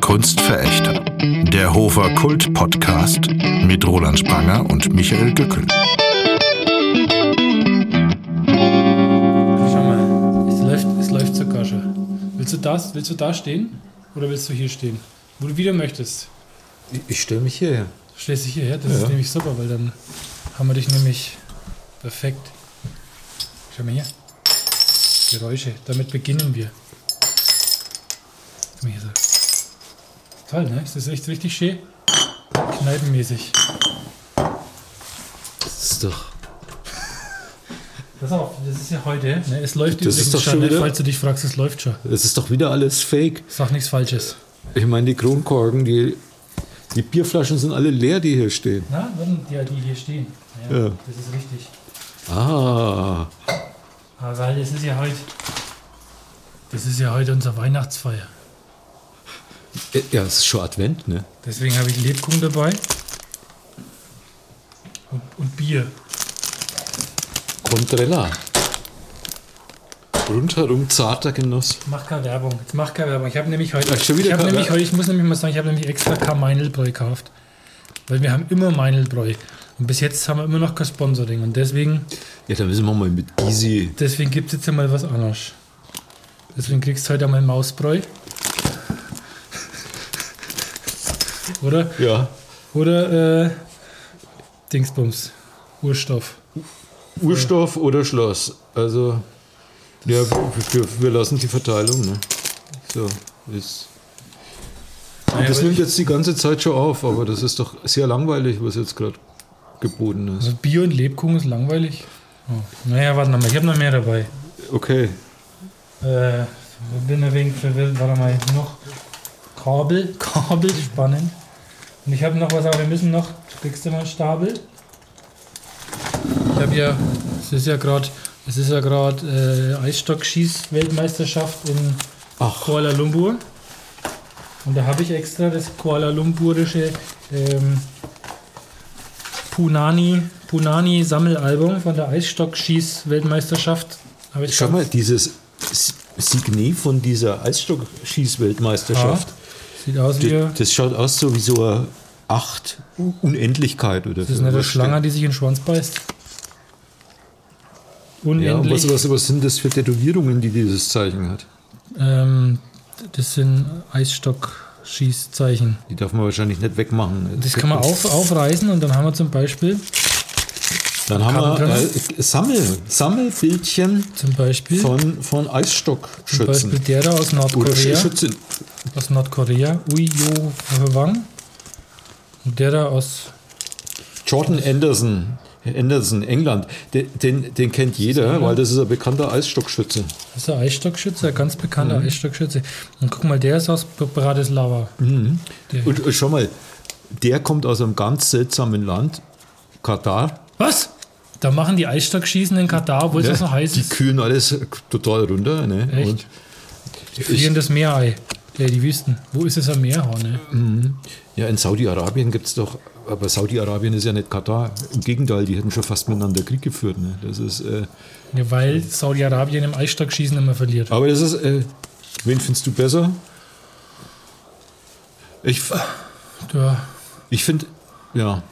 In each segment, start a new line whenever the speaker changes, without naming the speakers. Kunstverächter. Der Hofer Kult Podcast mit Roland Spranger und Michael Dückel.
Schau mal, es läuft, es läuft sogar schon. Willst du, das, willst du da stehen oder willst du hier stehen? Wo du wieder möchtest.
Ich, ich stelle mich hierher.
Du stellst dich hierher, das ist nämlich super, weil dann haben wir dich nämlich perfekt. Schau mal hier. Geräusche, damit beginnen wir. Guck mal hier so. Toll, ne? Ist das echt richtig schön? Kneipenmäßig.
Das ist doch.
Pass auf, das ist ja heute. Ne? Es läuft
Das ist
übrigens
doch schon
schon, ne?
wieder-
falls du dich fragst, es läuft schon.
Das ist doch wieder alles fake.
Sag nichts Falsches.
Ich meine, die Kronkorken, die, die Bierflaschen sind alle leer, die hier stehen.
Na, dann die, die hier stehen. Ja,
Ja.
Das ist richtig.
Ah.
Aber weil das ist ja heute. Das ist ja heute unsere Weihnachtsfeier.
Äh, Ja, es ist schon Advent, ne?
Deswegen habe ich Lebkuchen dabei. Und, und Bier.
Contrella. Rundherum zarter Genuss.
Mach keine Werbung. Jetzt mach keine Werbung. Ich habe nämlich heute.
Ach, schon wieder
ich, habe
keine
nämlich
Wer-
heute ich muss nämlich mal sagen, ich habe nämlich extra kein Meinelbräu gekauft. Weil wir haben immer Meinelbräu. Und bis jetzt haben wir immer noch kein Sponsoring. Und deswegen,
Ja, da müssen wir mal mit Easy.
deswegen gibt es jetzt einmal was anderes. Deswegen kriegst du heute einmal Mausbräu. Oder?
Ja.
Oder äh, Dingsbums. Urstoff.
Urstoff oder Schloss. Also. Ja, wir, wir lassen die Verteilung, ne? So, ist.
Naja,
das
aber
nimmt
ich-
jetzt die ganze Zeit schon auf, aber das ist doch sehr langweilig, was jetzt gerade geboten ist.
also Bier und Lebkuchen ist langweilig. Oh. Naja, warte noch mal, ich habe noch mehr dabei.
Okay.
Äh, ich bin ein wenig verwirrt, warte mal, noch Kabel, Kabel spannen. Und ich habe noch was, aber wir müssen noch, kriegst du mal einen Stapel? Ich habe ja, es ist ja gerade, es ist ja gerade äh, Eisstockschieß-Weltmeisterschaft in
Ach,
Kuala Lumpur. Und da habe ich extra das Kuala Lumpurische ähm, Punani, Punani Sammelalbum von der Eisstockschieß-Weltmeisterschaft. Habe ich
schau mal, dieses S- Signet von dieser
Ah,
Eisstockschießweltmeisterschaft.
Sieht aus wie.
Das,
Das
das schaut aus so wie so eine Acht U- Unendlichkeit oder so.
ist eine
Was
Schlange, die sich in den Schwanz beißt.
steht- Ja, und
Unendlich.
was, was, was sind das für Tätowierungen, die dieses Zeichen hat?
ähm, das sind Eisstock-Schießzeichen.
Die darf man wahrscheinlich nicht wegmachen.
Das kann man auf, aufreißen und dann haben wir zum Beispiel,
Dann haben wir
Karten
äh, Sammel, Sammelbildchen
zum Beispiel,
von, von
zum Beispiel
Eisstockschützen.
derer aus
Oder Sch-
Nordkorea.
Schützen.
aus Nordkorea, Ui Jo Hwang. Und der da aus.
Jordan Anderson, Anderson, England. Den, den, den kennt jeder, weil das ist ein bekannter Eisstockschütze.
Das ist ein Eisstockschütze, ein ganz
Mhm.
bekannter Eisstockschütze. Und guck mal, der ist aus Bratislava. Der-
Und äh, schau mal, der kommt aus einem ganz seltsamen Land, Katar.
Was? Da machen die Eisstockschießen in Katar, obwohl es
Ne?
das noch heiß
die
ist.
kühlen alles total runter. Ne?
Echt?
Und
Die frieren das Meerei. Ja, die Wüsten. Wo ist es am Meerhorn? Ne?
ja, in Saudi-Arabien gibt es doch, aber Saudi-Arabien ist ja nicht Katar. Im Gegenteil, die hätten schon fast miteinander Krieg geführt. Ne? Das ist, äh,
Ja, weil Saudi-Arabien im Eisstockschießen immer verliert.
aber das ist, äh, wen findest du besser? Ich,
Ja,
ich finde, ja.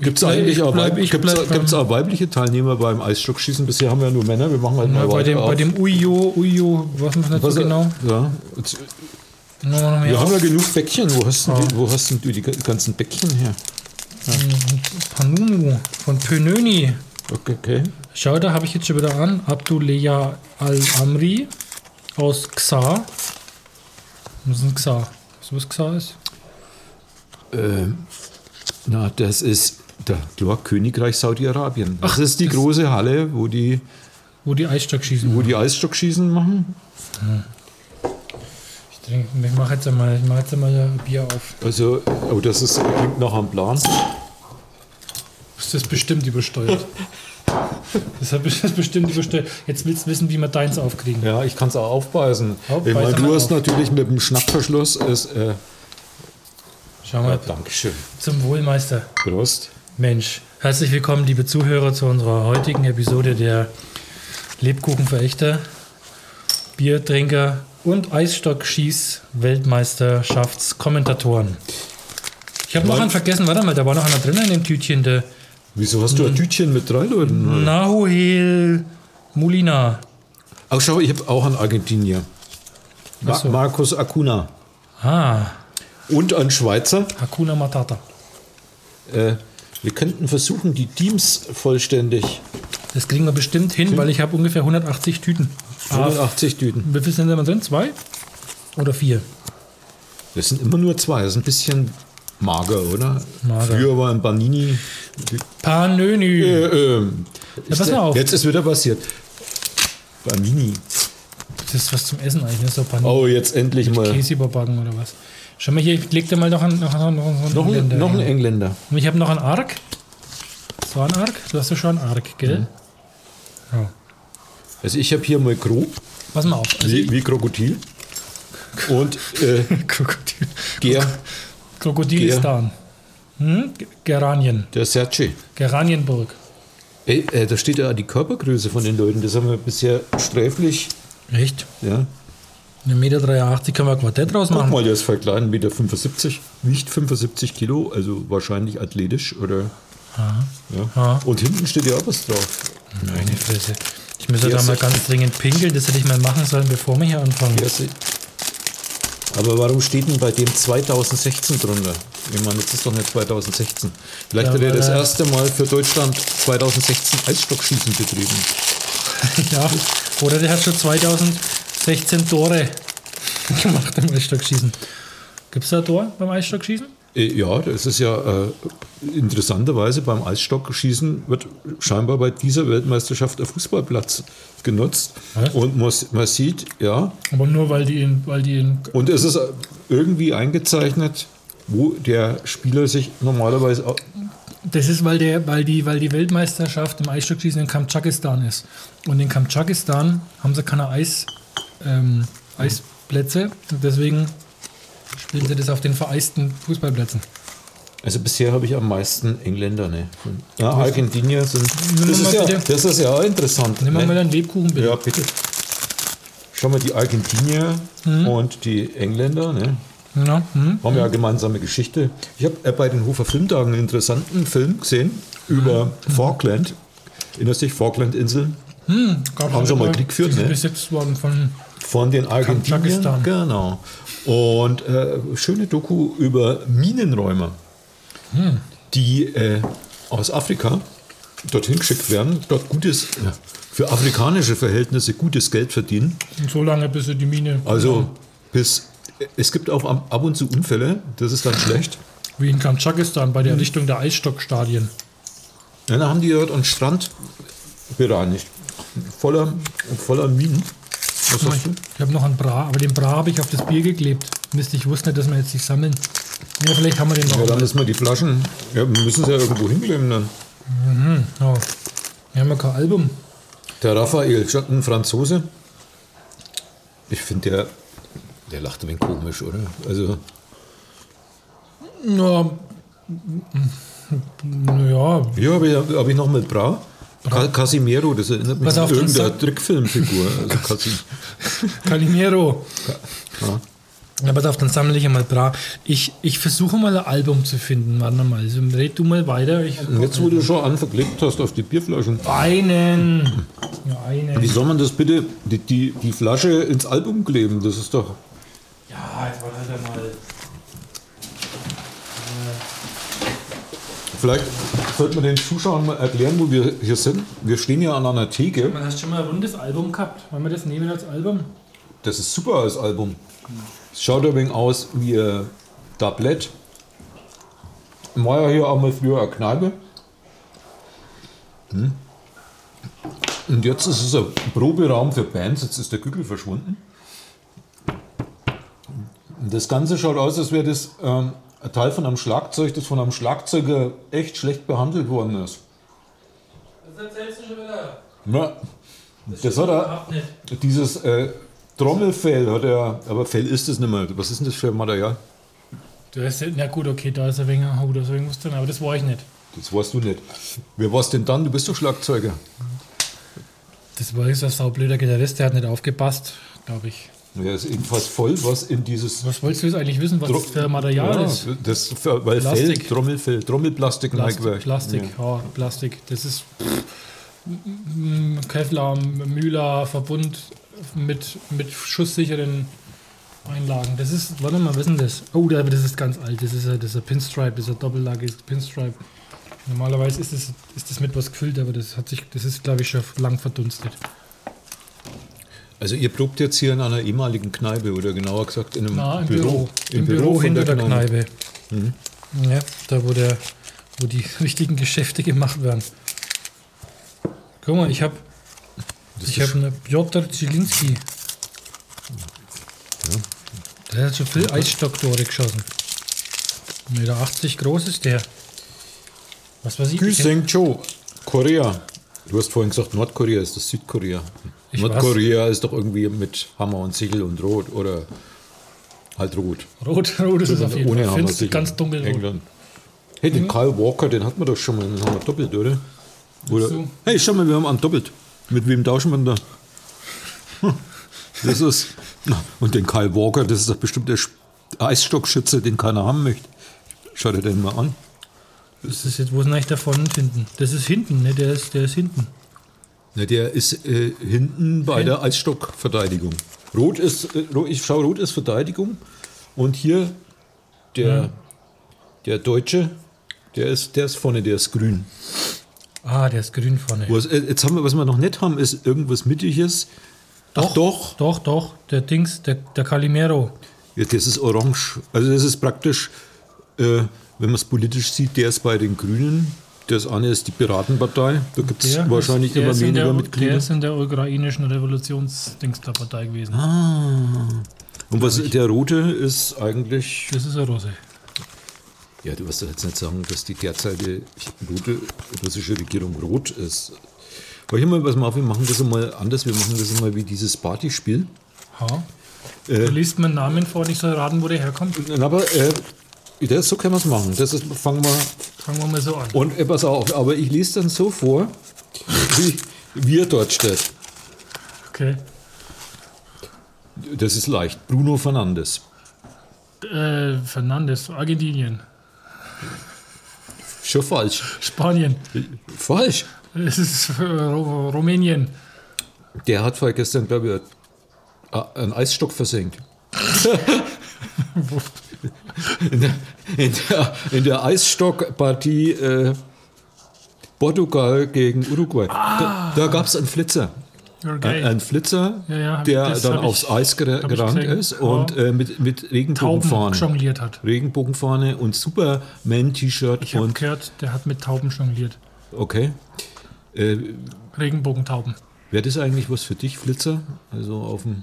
Gibt es
bleib-
eigentlich
ich
auch,
bleib-
weib
ich
gibt's,
bleib beim-
gibt's auch weibliche Teilnehmer beim Eisstockschießen? Bisher haben wir ja nur Männer, wir machen halt mal
Na, bei,
weiter
dem, bei
auf.
dem Ujo, Ujo, was man nicht so
Was- äh,
genau.
Ja, jetzt,
Dann machen wir noch mehr
wir
auf.
haben ja genug Bäckchen. Wo hast, denn
Ja.
die, wo hast denn du die ganzen Bäckchen her?
Hm, Panunu von Pönöni.
Okay, okay.
Schau, da habe ich jetzt schon wieder an. Abdullah Al-Amri aus Xar. Was ist ein Xar? Weißt du, was Xar ist?
Ähm, na, das ist da, klar, Königreich Saudi-Arabien. Das ist die große Halle, wo die,
Wo die Eisstockschießen.
wo die Eisstockschießen machen.
Ich, trink- ich mache jetzt einmal, ich mache jetzt einmal ein Bier auf.
Also, oh, das ist, klingt nach einem Plan.
Das ist bestimmt übersteuert. Das hat- das ist bestimmt übersteuert. Jetzt willst du wissen, wie wir deins aufkriegen.
Ja, ich kann es auch aufbeißen.
Aufbeiß
ich meine,
mal
du hast
auf.
natürlich mit dem Schnappverschluss. Ist, äh,
Schau mal,
Dankeschön.
zum Wohlmeister.
Prost.
Mensch, herzlich willkommen, liebe Zuhörer, zu unserer heutigen Episode der Lebkuchenverächter, Biertrinker und Eisstockschieß-Weltmeisterschaftskommentatoren. Ich habe noch einen vergessen, warte mal, da war noch einer drin in dem Tütchen, der
Wieso hast du ein Tütchen mit drei Leuten?
Nahuel Molina.
Ach, schau, ich habe auch einen Argentinier. Ma
Ach so.
Markus Acuna.
Ah,
Und einen Schweizer.
Hakuna Matata.
Äh, wir könnten versuchen, die Teams vollständig.
Das kriegen wir bestimmt hin, weil ich habe ungefähr 180 Tüten. Ah,
180 Düten.
wie viel sind da drin? Zwei oder vier?
Das sind immer nur zwei. Das ist ein bisschen mager, oder?
Mager.
Früher war ein Banini.
Panönü.
Äh, ähm,
Ja, pass mal auf.
Jetzt ist wieder passiert. Banini.
Das ist was zum Essen eigentlich, ne? so Panini.
Oh, jetzt endlich mal.
Käse überbacken oder was. Schau mal hier, ich leg dir mal noch einen, noch, noch, noch einen
Noch ein,
Engländer
noch ein
hin.
Engländer.
Und ich habe noch einen Ark. Das war ein Ark? Du hast ja schon einen Ark,
Mhm.
gell? Ja.
Also ich habe hier mal Gro,
Pass mal auf. Also
wie, wie Krokodil. Und äh,
Krokodil.
der,
Krokodil
Ger-
ist da. Hm? Ge- Geranien.
der Serge.
Geranienburg.
Ey, äh, da steht ja die Körpergröße von den Leuten. Das haben wir bisher sträflich.
Echt?
Ja.
1,83 Meter können wir ein Quartett draus
Guck
machen.
mal, der ist verkleiden, 1,75 Meter, 75, wiegt 75 Kilo, also wahrscheinlich athletisch oder. Ja.
Aha.
Und hinten steht ja auch was drauf.
Meine Fresse. Ich müsste
Hier
da
ist
mal
er.
ganz dringend pinkeln. Das hätte ich mal machen sollen, bevor wir hier anfangen.
Der ist- Aber warum steht denn bei dem 2016 drunter? Ich meine, das ist doch nicht 2016. Vielleicht
Ja,
hat er
weil
das
er-
erste Mal für Deutschland 2016 Eisstockschießen betrieben.
Ja, oder der hat schon 2016 Tore gemacht im Eisstockschießen. Gibt es da ein Tor beim Eisstockschießen?
Äh, Ja, das ist ja äh, interessanterweise beim Eisstockschießen wird scheinbar bei dieser Weltmeisterschaft der Fußballplatz genutzt.
Was?
Und man, man sieht, ja,
Aber nur weil die in, weil die in
Und es ist äh, irgendwie eingezeichnet, wo der Spieler sich normalerweise. au-
Das ist, weil, der, weil, die, weil die Weltmeisterschaft im Eisstockschießen in Kamtschakistan ist. Und in Kamtschakistan haben sie keine Eis, ähm, Eisplätze. Und deswegen spielen sie das auf den vereisten Fußballplätzen.
Also bisher habe ich am meisten Engländer, ne? Von- Ja, Argentinier sind.
Hm. Nimm
Das
mal
ist, ja,
bitte.
das ist ja auch interessant.
Nimm mal
ne?
einen Lebkuchen bitte.
Ja, bitte. Schau mal, die Argentinier
Hm?
und die Engländer, ne?
Ja, hm?
Haben ja eine gemeinsame Geschichte. Ich habe äh, bei den Hofer Filmtagen einen interessanten Film gesehen über Falkland. Erinnerst du dich, Falklandinseln?
Gab's
Haben sie mal
immer-
Krieg geführt,
die sind
ne?
besetzt worden von
Von den Argentiniern.
Kasachstan.
Genau. Und äh, schöne Doku über Minenräumer, die äh, aus Afrika dorthin geschickt werden, dort gutes, ja, für afrikanische Verhältnisse gutes Geld verdienen.
so lange, bis sie die Mine
Also bis, es gibt auch am- ab und zu Unfälle, das ist dann schlecht.
wie in Kamtschakistan bei der
Mhm.
Errichtung der Eisstockstadien.
Ja, Dann haben die dort einen Strand bereinigt, voller, voller Minen. Was sagst du?
Ich habe noch einen Bra, aber den Bra habe ich auf das Bier geklebt. Mist, ich wusste nicht, dass wir jetzt nicht sammeln. Ja, vielleicht haben wir den noch.
Ja, dann müssen wir die Flaschen, ja, müssen sie ja irgendwo hinkleben dann.
Ja. Wir haben ja kein Album.
Der Raphael, schon ein Franzose. Ich finde, der, der lacht ein wenig komisch, oder? Also,
Ja. Naja.
hier habe ich, hab ich noch mit Bra. Ca Casimiro, das erinnert mich
Pass
an
auf, dann
irgendeine
sag-
Trickfilmfigur. Also Casi
Calimero.
ja.
Ja, pass auf, dann sammle ich einmal Bra. Ich, ich versuche mal ein Album zu finden. Warte mal. Also, red du mal weiter. Ich,
Und Jetzt, wo du schon anverklebt hast auf die Bierflaschen.
einen. Ja, einen.
Wie soll man das bitte, die, die, die Flasche ins Album kleben? Das ist doch.
Ja, jetzt warte halt mal.
Vielleicht sollte man den Zuschauern mal erklären, wo wir hier sind. Wir stehen ja an einer Theke.
Man hast schon mal ein rundes Album gehabt. Wollen wir das nehmen als Album?
Das ist super als Album. Es schaut übrigens aus wie ein Tablett. War ja hier auch mal früher eine Kneipe. Hm. Und jetzt ist es ein Proberaum für Bands. Jetzt ist der Kügel verschwunden. Und Das Ganze schaut aus, als wäre das ähm, ein Teil von einem Schlagzeug, das von einem Schlagzeuger echt schlecht behandelt worden ist.
Das erzählst du schon wieder.
Na, das hat er.
Habt nicht.
Dieses äh, Trommelfell hat er, aber Fell ist es nicht mehr. Was ist denn das für ein Material?
Du hast, na gut, okay, da ist ein wenig ein Hut, deswegen musst du aber das war ich nicht.
Das weißt du nicht. Wer war's denn dann? Du bist doch Schlagzeuger.
Das war jetzt ein saublöder Gitarrist, der hat nicht aufgepasst, glaube ich.
Naja, ist jedenfalls voll, was in dieses.
Was wolltest du jetzt eigentlich wissen, was das für Material
Ja,
ist?
das für, weil
Plastik.
Fell, Trommelfell, Trommelplastik,
Plastik,
Neigwerk.
Plastik,
Ja.
ja. Plastik. Das ist pff, m- m- Kevlar, M- Mühler, Verbund mit, mit schusssicheren Einlagen. Das ist, warte mal, was ist denn das? Oh, da- das ist ganz alt. Das ist ja das ist ein Pinstripe, das ist ein doppellagig Pinstripe. Normalerweise ist das, ist das mit was gefüllt, aber das hat sich, das ist, glaube ich, schon lang verdunstet.
Also ihr probt jetzt hier in einer ehemaligen Kneipe oder genauer gesagt in einem
Na, im Büro.
Büro.
Im, Büro,
von
hinter der Kneipe. Ja, da wo, der, wo die richtigen Geschäfte gemacht werden. Guck mal, ich habe
Das
ich
ist-
hab eine Piotr Zielinski. Der hat schon viel Eisstocktore geschossen. 1,80 Meter groß ist der. Was weiß ich?
Güseng Cho, Korea. Du hast vorhin gesagt, Nordkorea ist das Südkorea.
Ich
Nordkorea ist doch irgendwie mit Hammer und Sichel und Rot oder halt Rot.
Rot, rot ist es auf jeden Fall.
und
Finster, ganz Mhm. dunkelrot.
England. Hey, den Kyle Walker, den hatten wir doch schon mal, den haben wir doppelt, oder? oder
so.
Hey, schau mal, wir haben einen doppelt. Mit wem tauschen wir denn da? Das ist. Und den Kyle Walker, das ist doch bestimmt der Sch- Eisstockschütze, den keiner haben möchte. Schau dir den mal an.
Das ist jetzt, wo ist denn eigentlich der vorne und hinten? Das ist hinten, ne? Der ist, der ist hinten.
Na, der ist äh, hinten bei der Eisstockverteidigung. Rot ist, äh, ro- ich schau, rot ist Verteidigung. Und hier der,
Hm.
der Deutsche, der ist, der ist vorne, der ist grün.
Ah, der ist grün vorne.
Was, äh, jetzt haben wir, was wir noch nicht haben, ist irgendwas Mittiges. Ach doch.
Doch, doch, der Dings, der, der Calimero.
Ja, das ist orange. Also das ist praktisch, äh, wenn man es politisch sieht, der ist bei den Grünen. Das eine ist die Piratenpartei. Da gibt
Der
es wahrscheinlich
ist, der
immer
ist in
weniger
der, Der
Mitglieder.
ist in der ukrainischen Revolutionsdingsterpartei gewesen.
Ah. Und was der rote ist eigentlich
Das ist ein Russe.
Ja, du wirst doch jetzt nicht sagen, dass die derzeitige rote russische Regierung rot ist. Wollen wir mal was machen? Wir machen das mal anders. Wir machen das mal wie dieses Partyspiel.
Ha.
Äh.
Da liest man Namen vor und ich soll raten, wo der herkommt.
Na, Aber äh, das, so können wir es machen. Das ist, fangen wir.
Fangen wir mal so an.
Und äh, pass auf, aber ich lese dann so vor, wie, wie er dort steht.
Okay.
Das ist leicht. Bruno Fernandes.
Äh, Fernandes, Argentinien,
Schon falsch.
Spanien,
Falsch.
es ist äh, Ru- Rumänien.
Der hat vorgestern, glaube ich, einen Eisstock versenkt. in, der, in, der, in der Eisstockpartie äh, Portugal gegen Uruguay. Da, da gab es einen Flitzer.
Okay.
Ein, ein Flitzer,
Ah. Ja, ja, hab ich-
der
das
dann
hab ich-
aufs Eis
hab
ger-
ich
gerannt
gesehen.
ist und
Ja.
äh, mit, mit
Tauben
Regenbogenfahne.
jongliert hat.
Regenbogenfahne und Superman-T-Shirt
Ich habe
und
gehört, der hat mit Tauben jongliert.
okay. Äh,
Regenbogentauben.
Wäre das eigentlich was für dich, Flitzer? Also auf dem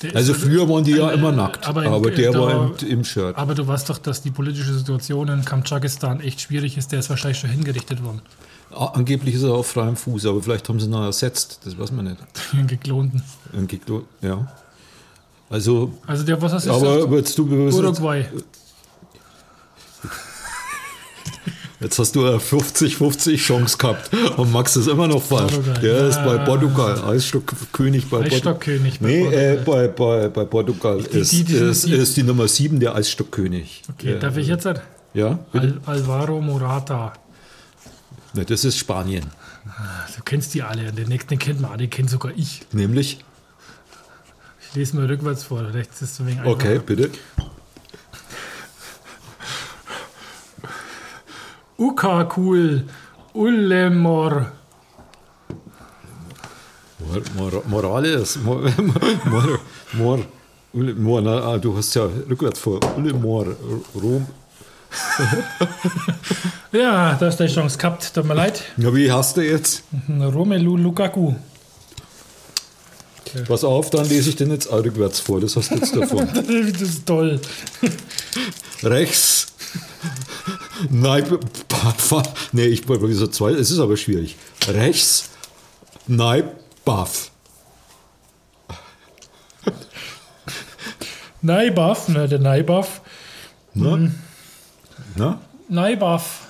Der ist-
Also früher waren die ja immer nackt,
aber
aber,
in-
der
da-
war im, im Shirt.
Aber du weißt doch, dass die politische Situation in Kamtschakistan echt schwierig ist. Der ist wahrscheinlich schon hingerichtet worden.
Ah, Angeblich ist er auf freiem Fuß, aber vielleicht haben sie ihn noch ersetzt, das weiß man nicht.
Den geklonten.
Ein Gegner- Ja. Also,
Also der, was hast du
aber
gesagt?
jetzt, du, jetzt,
Uruguay.
jetzt hast du eine 50-50 Chance gehabt und Max ist immer noch falsch.
Portugal.
Der ist bei
Ah.
Portugal, Eisstockkönig bei Portu-
Eisstockkönig bei
Nee,
Portugal.
äh, bei, bei, bei Portugal ist,
die- die-
ist,
die-
ist die Nummer 7 der Eisstockkönig.
Okay, darf ich jetzt? Al
Ja, bitte?
Alvaro Morata.
Ne, das ist Spanien.
Also, Du kennst die alle. Den nächsten kennt man alle, den kennt sogar ich.
Nämlich,
Ich lese mal rückwärts vor. Rechts ist es wegen
okay, bitte.
Ukakul Ullemor.
Mor Mor Morales. Mor Mor Mor Ulle Mor, na, ah, du hast ja rückwärts vor. Ulle Mor, R- Rom.
Ja, da hast du die Chance gehabt. Tut mir leid.
Ja, wie hast du jetzt?
Romelu Lukaku.
Pass auf, dann lese ich den jetzt auch rückwärts vor. Das hast du jetzt davon.
Das ist toll.
Rechts. Nein, nee, ich wollte so zwei. Es ist aber schwierig. Rechts. Nein, Buff.
Naibaf, ne, der Naibaf.
Ne? Na?
Naibaf.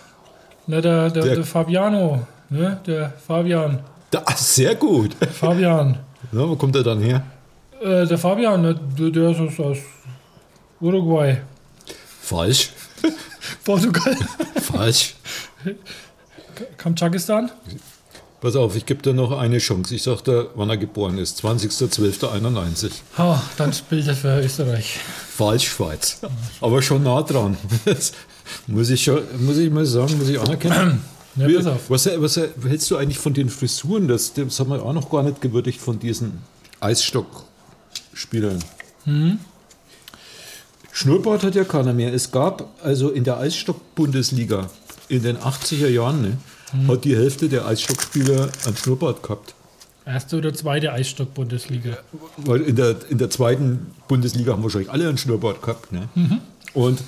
Ne, der, der, der,
Der-
Fabiano. Ne, der Fabian.
Da, sehr gut.
Fabian.
Na, wo kommt er dann her?
Äh, der Fabian, der, der ist aus- aus Uruguay.
Falsch.
Portugal.
Falsch.
Kamtschakistan.
Pass auf, ich gebe dir noch eine Chance. Ich sag dir, wann er geboren ist. 20.12.91.
Ha, dann spielt er für Österreich.
Falsch, Schweiz. Aber schon nah dran. Das muss ich, schon, muss ich mal sagen, muss ich anerkennen.
Ja,
Wie-
Ne, pass auf.
Was, was hältst du eigentlich von den Frisuren? Das, das haben wir auch noch gar nicht gewürdigt von diesen Eisstockspielern.
Hm?
Schnurrbart hat ja keiner mehr. Es gab also in der Eisstock-Bundesliga in den 80er Jahren, ne,
Hm.
hat die Hälfte der Eisstockspieler einen Schnurrbart gehabt.
Erste oder zweite Eisstock-Bundesliga.
Weil in der, in der zweiten Bundesliga haben wahrscheinlich alle einen Schnurrbart gehabt. Ne? Und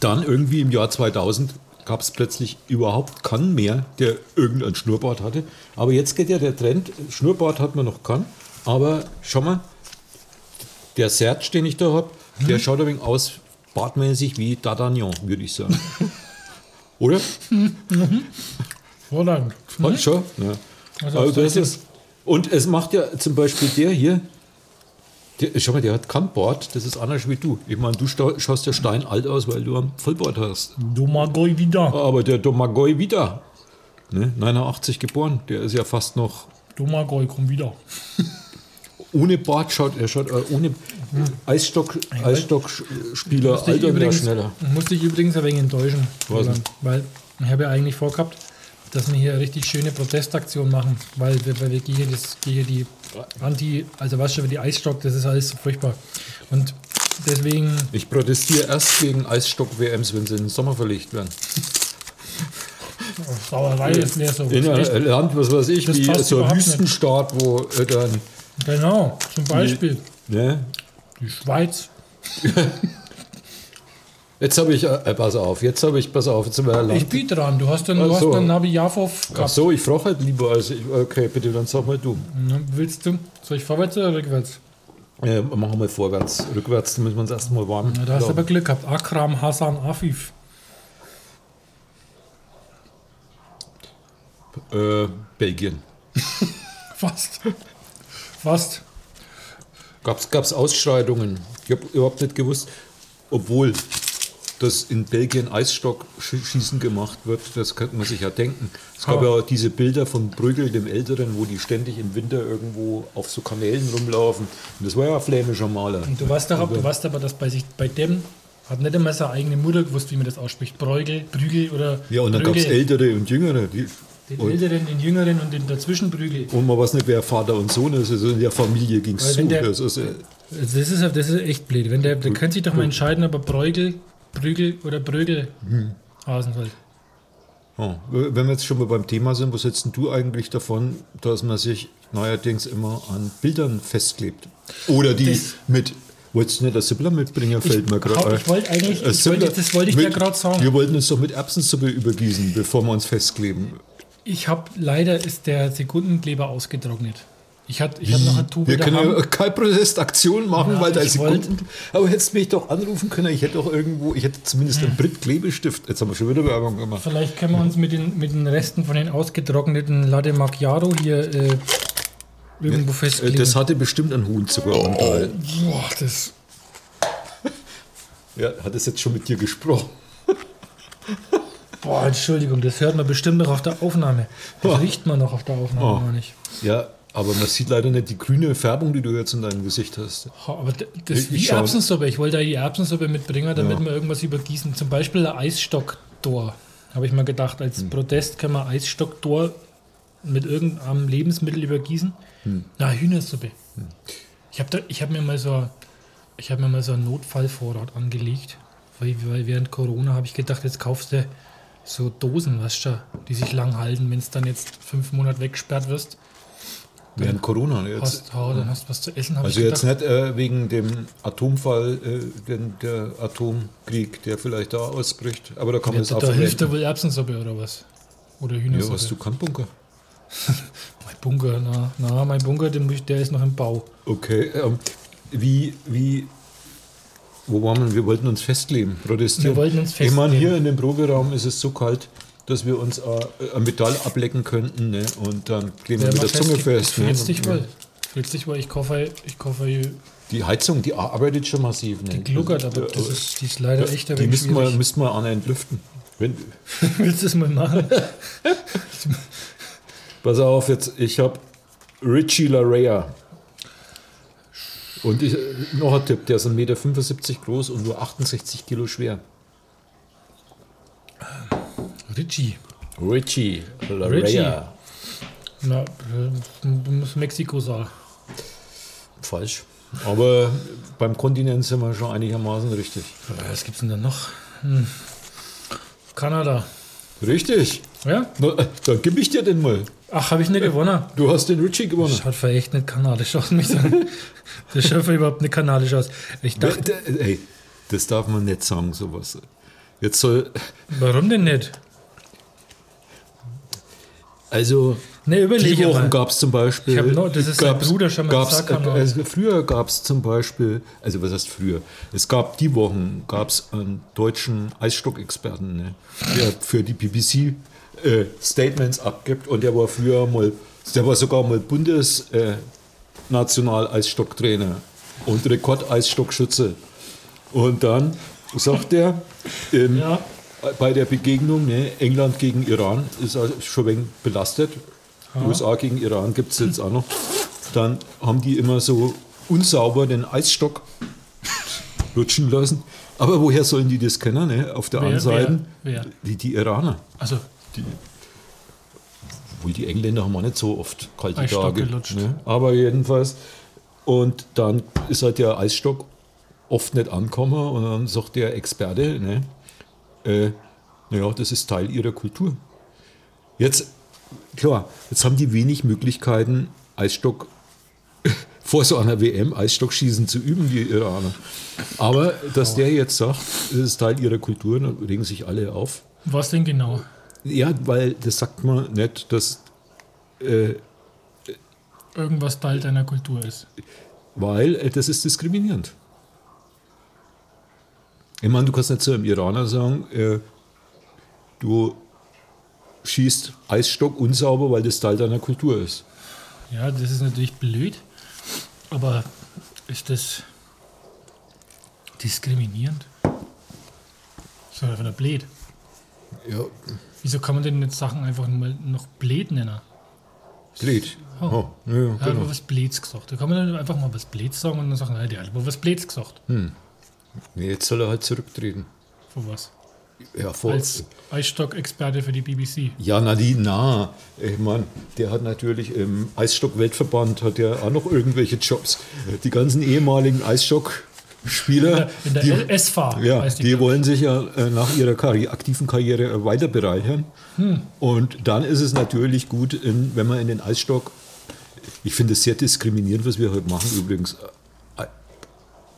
dann irgendwie im Jahr 2000 gab es plötzlich überhaupt keinen mehr, der irgendeinen Schnurrbart hatte. Aber jetzt geht ja der Trend, Schnurrbart hat man noch kann. Aber schau mal, der Serge, den ich da habe, der schaut ein wenig aus, bartmäßig wie D'Artagnan, würde ich sagen. Oder?
Vorrang.
Mhm. Schon? Ja.
Also
Also
auf
das
solche-
ist, und es macht ja zum Beispiel der hier, der, schau mal, der hat kein Bart, das ist anders wie du. Ich meine, du sta- schaust ja steinalt aus, weil du am Vollbart hast.
Mhm. Domagoj wieder.
Aber der Domagoj wieder, ne, 89 geboren, der ist ja fast noch
Domagoj, komm wieder.
ohne Bart, schaut, er schaut äh, ohne Eisstock, Eisstockspieler,
Musste ich
alter wieder
Mhm. übrigens-
schneller.
Musste ich übrigens ein wenig enttäuschen.
Was denn?
Roland, Weil ich habe ja eigentlich vorgehabt, dass wir hier eine richtig schöne Protestaktion machen, weil wir, weil wir gehen hier, das, gehen hier die Anti, also was schon, die Eisstock, das ist alles so furchtbar. Und deswegen,
Ich protestiere erst gegen Eisstock-WMs, wenn sie in den Sommer verlegt werden.
Oh, Sauerei ist mehr so. ne?
In einem Land, was weiß ich,
Das
wie
passt
so ein
überhaupt nicht.
Wüstenstaat, wo äh, dann
Genau, zum Beispiel
Ne?
die Schweiz.
Jetzt habe ich, äh, pass auf, jetzt habe ich, pass auf, jetzt sind wir
Ich
allein.
bin dran, du hast dann, du
Ach
hast
so.
dann Nabi Javov
Ach
gehabt.
so, ich frage halt lieber, also ich, okay, bitte, dann sag mal du.
Na, Ne, Willst du, soll ich vorwärts oder rückwärts?
Äh, machen wir vorwärts, rückwärts, dann müssen wir uns erstmal warm.
Na, da hast du aber
laufen.
Glück gehabt. Akram Hassan Afif.
äh, Belgien.
Fast. Fast.
Gab's, gab's Ausschreitungen? Ich habe überhaupt nicht gewusst, obwohl das in Belgien Eisstockschießen gemacht wird, das könnte man sich ja denken. Es gab
Aber-
ja diese Bilder von Brügel, dem Älteren, wo die ständig im Winter irgendwo auf so Kanälen rumlaufen. Und das war ja ein flämischer Maler.
Und du weißt doch, ob- du weißt aber, dass bei sich, bei dem hat nicht einmal seine eigene Mutter gewusst, wie man das ausspricht. Bräugel, Brügel oder
Ja, und dann gab es
Brügel.
Ältere und Jüngere. Die,
Den
und,
Älteren, den Jüngeren und den Dazwischenbrügel.
und man weiß nicht, wer Vater und Sohn ist. Also in der Familie ging es
Weil
so.
wenn der-
Das ist, äh,
Also das, ist, das ist echt blöd. Wenn der, der könnte sich doch mal entscheiden, ob er Bräugel, Brügel oder Brögel
Hm.
hasen soll.
oh. Wenn wir jetzt schon mal beim Thema sind, was hältst denn du eigentlich davon, dass man sich neuerdings immer an Bildern festklebt? Oder die
Das-
mit. Wolltest du nicht ein Sibbler mitbringen, fällt mir gerade
hau-
ein.
ich wollte eigentlich-
Ein
ich wollte-
Sibbler
das wollte ich
mit-
dir gerade sagen.
Wir wollten uns doch mit Erbsensuppe übergießen, bevor wir uns festkleben.
Ich habe leider ist der Sekundenkleber ausgetrocknet. Ich hatte ich hab noch eine Tube
wir können
daheim.
ja keine Protestaktion machen,
Ja,
weil da
ich
Sekunden. Aber hättest mich doch anrufen können. Ich hätte doch irgendwo, ich hätte zumindest einen Britt-Klebestift. Jetzt haben wir schon wieder Werbung gemacht.
Vielleicht können wir uns mit den, mit den Resten von den ausgetrockneten Latte Macchiato hier äh, irgendwo
Äh,
festlegen.
Das hatte bestimmt einen hohen
Oh.
Zuckeranteil.
Boah, das
Ja, hat es jetzt schon mit dir gesprochen.
Boah, Entschuldigung, das hört man bestimmt noch auf der Aufnahme. Das
Oh.
riecht man noch auf der Aufnahme
Oh.
noch nicht.
Ja, aber man sieht leider nicht die grüne Färbung, die du jetzt in deinem Gesicht hast.
Oh, Aber d- das ist
Ich- ich
wie
schau-
Erbsensuppe. Ich wollte ja die Erbsensuppe mitbringen, damit
Ja.
wir irgendwas übergießen. Zum Beispiel ein Eisstocktor. Habe ich mal gedacht, als
Hm.
Protest können wir Eisstocktor mit irgendeinem Lebensmittel übergießen.
Hm.
Na, Hühnersuppe. Ich habe hab mir mal so ich habe mir mal so einen Notfallvorrat angelegt, weil, weil während Corona habe ich gedacht, jetzt kaufst du so Dosen, weißt du, die sich lang halten, wenn es dann jetzt fünf Monate weggesperrt wirst.
Während Corona. ne, Jetzt,
Hast, oh, dann hast du was zu essen. hab
also
ich
jetzt
gedacht.
nicht äh, wegen dem Atomfall, äh, den, der Atomkrieg, der vielleicht da ausbricht. Aber da kann man
Ja,
es
da hilft
aufwenden.
ja wohl Erbsensuppe oder was? Oder
Ja, hast du
Hühnersuppe?
keinen Bunker?
mein Bunker, na, na mein Bunker, den, muss ich- der ist noch im Bau.
Okay, ähm, wie, wie, wo waren wir? Wir wollten uns festkleben,
Wir
protestieren.
wollten uns
Ich meine,
festkleben.
hier in dem Proberaum ist es so kalt, dass wir uns äh, ein Metall ablecken könnten ne? und dann kleben wir
Der
mit der
macht
Zunge
fest-
fest.
Ich jetzt dich
ne?
wohl. Witzig, weil ich kaufe, ich kaufe
Die Heizung, die arbeitet schon massiv. Ne?
die gluckert, aber das ist, die ist leider
Ja,
echt ein
die
wenig
müssen wir,
schwierig.
müssen wir an entlüften. Wenn,
Willst du das mal machen?
pass auf, jetzt, ich habe Richie Larea. Und ich, noch ein Tipp, der ist 1,75 Meter groß und nur 68 Kilo schwer.
Richie.
Richie
Richie.
Larea.
Na, äh, muss Mexiko sagen.
Falsch. Aber beim Kontinent sind wir schon einigermaßen richtig.
Äh, Was gibt's denn da noch? Hm. Kanada.
Richtig.
Ja?
Na, äh, dann gebe ich dir den mal.
Ach, habe ich nicht gewonnen.
Du hast den Richie gewonnen.
Schaut für echt nicht kanadisch aus, mich sagen. Der schaut für überhaupt nicht kanadisch aus. Ich dachte,
Ey, das darf man nicht sagen, sowas. Jetzt soll.
warum denn nicht?
Also,
Ne,
die
überlege
Wochen
mal.
gab es zum Beispiel.
Ich hab noch- das ist sein
gab's-
Bruder schon mal
gab's-
gesagt, haben wir.
also Früher gab es zum Beispiel, also was heißt früher? Es gab die Wochen, gab es einen deutschen Eisstockexperten, ne, der für die BBC äh, Statements abgibt und der war früher mal, der war sogar mal Bundes. Äh, National-Eisstocktrainer und Rekord-Eisstockschütze. Und dann sagt er, ähm,
Ja.
bei der Begegnung ne, England gegen Iran ist also schon ein wenig belastet. USA gegen Iran gibt es jetzt auch noch. Dann haben die immer so unsauber den Eisstock rutschen lassen. Aber woher sollen die das kennen? Ne? Auf der
Wer,
anderen Seite
wer, wer?
Die, die Iraner.
Also,
Obwohl die Engländer haben auch nicht so oft kalte
Eisstock
Tage.
gelutscht.
Ne? Aber jedenfalls. Und dann ist halt der Eisstock oft nicht angekommen und dann sagt der Experte, ne, äh, naja, das ist Teil ihrer Kultur. Jetzt, klar, jetzt haben die wenig Möglichkeiten, Eisstock vor so einer WM Eisstockschießen zu üben, die Iraner. Aber dass der jetzt sagt, das ist Teil ihrer Kultur, dann regen sich alle auf.
was denn genau?
Ja, weil das sagt man nicht, dass
Irgendwas Teil deiner Kultur ist.
Weil äh, das ist diskriminierend. Ich meine, du kannst nicht zu einem Iraner sagen, äh, du schießt Eisstock unsauber, weil das Teil deiner Kultur ist.
Ja, das ist natürlich blöd, aber ist das diskriminierend? Das ist doch einfach nur blöd.
Ja,
Wieso kann man denn jetzt Sachen einfach nur mal noch blöd nennen?
dreht.
Oh.
ja, genau.
Er hat mal was Blöds gesagt. Da kann man dann einfach mal was Blöds sagen und dann sagen, nein, der hat mal was Blöds gesagt.
Hm. Nee, jetzt soll er halt zurücktreten.
Für was?
Ja, vor,
Als Eisstock-Experte für die BBC.
Ja, na, die, na, ich meine, der hat natürlich im Eisstock-Weltverband hat ja auch noch irgendwelche Jobs. Die ganzen ehemaligen Eisstock-Spieler,
In der
die,
LSV
ja,
heißt die,
die
glaub ich.
wollen sich ja äh, nach ihrer Karri aktiven Karriere äh, weiter bereichern.
Hm.
Und dann ist es natürlich gut, in, wenn man in den Eisstock, ich finde es sehr diskriminierend, was wir heute machen übrigens, äh,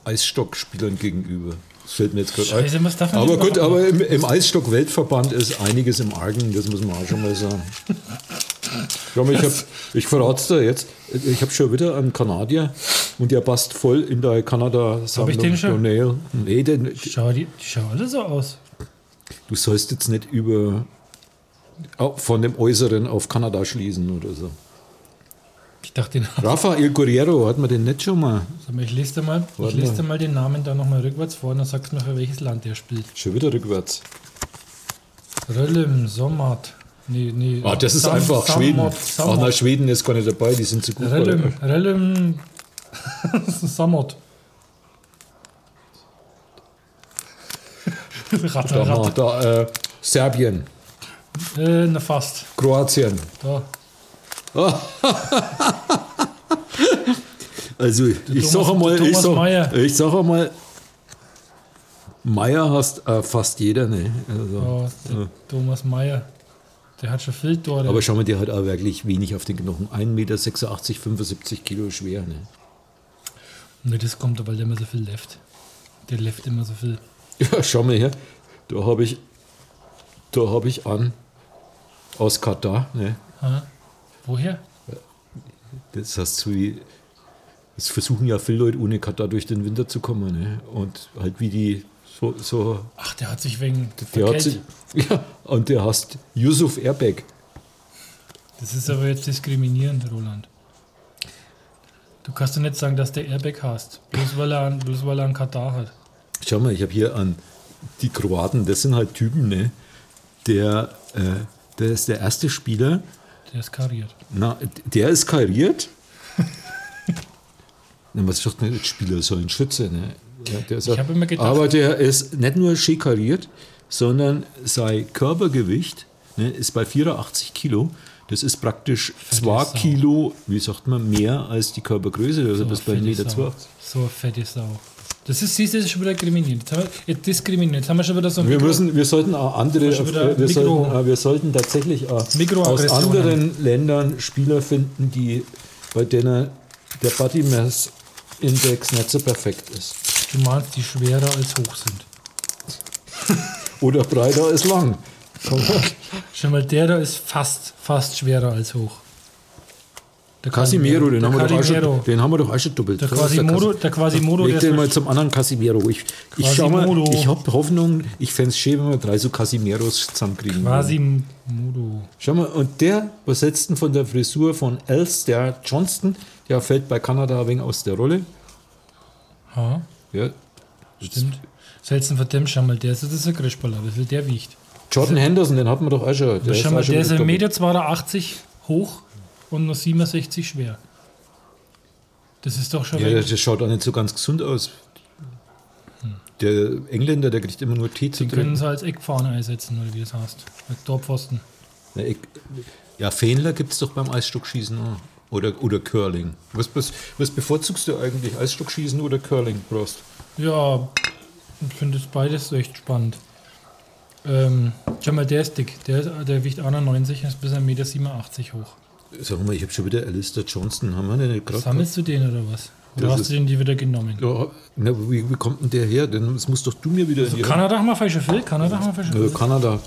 Eisstockspielern gegenüber. Das fällt mir jetzt gerade ein.
Scheiße, was darf man
aber
denn
gut,
machen?
aber im, im Eisstock-Weltverband ist einiges im Argen, das muss man auch schon mal sagen. Schau mal, ich, hab, ich verrat's dir jetzt. Ich habe schon wieder einen Kanadier und der passt voll in der Kanada-Sammlung.
Hab ich den schon?
Nail. Nee, den,
Schau, die, die schauen alle so aus.
du sollst jetzt nicht über au- von dem Äußeren auf Kanada schließen oder so.
Ich dachte, den,
Rafael Guerrero, hat man den nicht schon mal?
Sag mal, ich lese dir mal, ich
Warte
lese
mal.
dir mal den Namen da nochmal rückwärts vor und dann sagst du mir, für welches Land der spielt.
Schon wieder rückwärts.
Röllem, Sommart. Nee, nee.
Ah, das ist
Sam-
einfach
Sammot,
Schweden. Ah, Ach, na,
Sammot.
Schweden ist gar nicht dabei, die sind zu gut.
Röllem, Röllem, Sammot. Ratter,
Da,
Ratter.
mal, da, äh, Serbien,
Äh, na fast.
Kroatien.
Da.
Also, ich
Thomas-
sage mal,
der
ich
Thomas
sag,
Mayer.
ich sag mal, Meier hast äh, fast jeder, ne? Also,
da der Thomas Meyer. Der hat schon viel Tore.
aber schau mal, der hat auch wirklich wenig auf den Knochen. 1,86 Meter, 75 Kilo schwer, ne?
ne, das kommt, weil der immer so viel left. Der left immer so viel.
Ja, schau mal her. Da habe ich, da habe ich an aus Katar. Ne?
Ha? Woher?
Das heißt so wie, es versuchen ja viele Leute ohne Katar durch den Winter zu kommen. Ne? Und halt wie die so, so
Ach, der hat sich wegen
der
verkält.
hat sich, ja, und der heißt Yusuf Airbag.
Das ist aber jetzt diskriminierend, Roland. Du kannst ja nicht sagen, dass der Airbag hast. Bloß weil er, einen- bloß weil er einen Katar hat.
Schau mal, ich habe hier an die Kroaten, das sind halt Typen, ne? Der, äh, der ist der erste Spieler,
Der ist kariert.
na, der ist kariert. Na, man sagt nicht Spieler, sondern Schütze, ne? Ja, der sagt,
hab immer gedacht-
aber der ist nicht nur schön kariert, sondern sein Körpergewicht ne, ist bei 84 Kilo. Das ist praktisch zwei
Sau.
Kilo, wie sagt man, mehr als die Körpergröße. Also das ist bei
fette
1,12 Meter.
Sau. So eine fette Sau. Das ist, siehst du, das ist schon wieder diskriminiert. Jetzt haben wir, jetzt diskriminiert. Jetzt haben wir schon wieder so ein
Wir
Mikro-
müssen, wir sollten auch andere,
Schon wieder
äh, wir
Mikro-
sollten, äh, wir sollten tatsächlich auch aus
Mikroaggressionen.
anderen Ländern Spieler finden, die bei denen der Body Mass Index nicht so perfekt ist.
Du meinst, die schwerer als hoch sind.
Oder breiter ist lang. Komm,
Schon mal der da ist fast, fast schwerer als hoch. Der
Casimiro, den,
der
haben wir doch auch
Casimiro.
schon, den haben wir doch auch schon doppelt.
Der
Das ist
Quasimodo,
Cas-
der Quasimodo,
Leg
der
den
ist
mal zum anderen Casimiro. Ich, ich schau mal,
Quasimodo.
ich habe Hoffnung, ich fände es schön, wenn wir drei so Casimiros zusammenkriegen. würden.
Quasimodo.
Schau mal, und der besetzten von der Frisur von Elster Johnston, der fällt bei Kanada ein wenig aus der Rolle.
Ha,
Ja.
stimmt. Selten verdämmt, schau mal, der ist, das ist ein Grischballer, wie viel der wiegt.
Jordan Henderson, den hat man doch auch schon. Der
Schau
auch
mal,
schon
der ist
mit
1,82
dabei.
Meter 82 hoch und nur 67 schwer. Das ist doch schon
Ja, der,
weg.
der schaut auch nicht so ganz gesund aus. Der Engländer, der kriegt immer nur Tee zu
Den können
trinken.
sie als Eckfahne einsetzen, oder wie das heißt. Als Torpfosten.
Na, ich- Ja, Fähnler gibt es doch beim Eisstockschießen auch. Oder, oder Curling. Was, was, was bevorzugst du eigentlich? Eisstockschießen oder Curling, Prost?
Ja, ich finde das beides echt spannend. Ähm, schau mal, der ist dick. Der, ist- der wiegt 91 und ist bis 1,87 Meter hoch.
Sag mal, ich habe schon wieder Alistair Johnston. Haben wir den nicht gerade?
Sammelst du den oder was? Oder
Das
hast
ist-
du den dir wieder genommen?
Ja, na, wie, wie kommt denn der her? Denn das musst doch du mir wieder in die
Kanada haben wir falsche Phil, Kanada haben wir falsche
Nö,
Phil.
Kanada.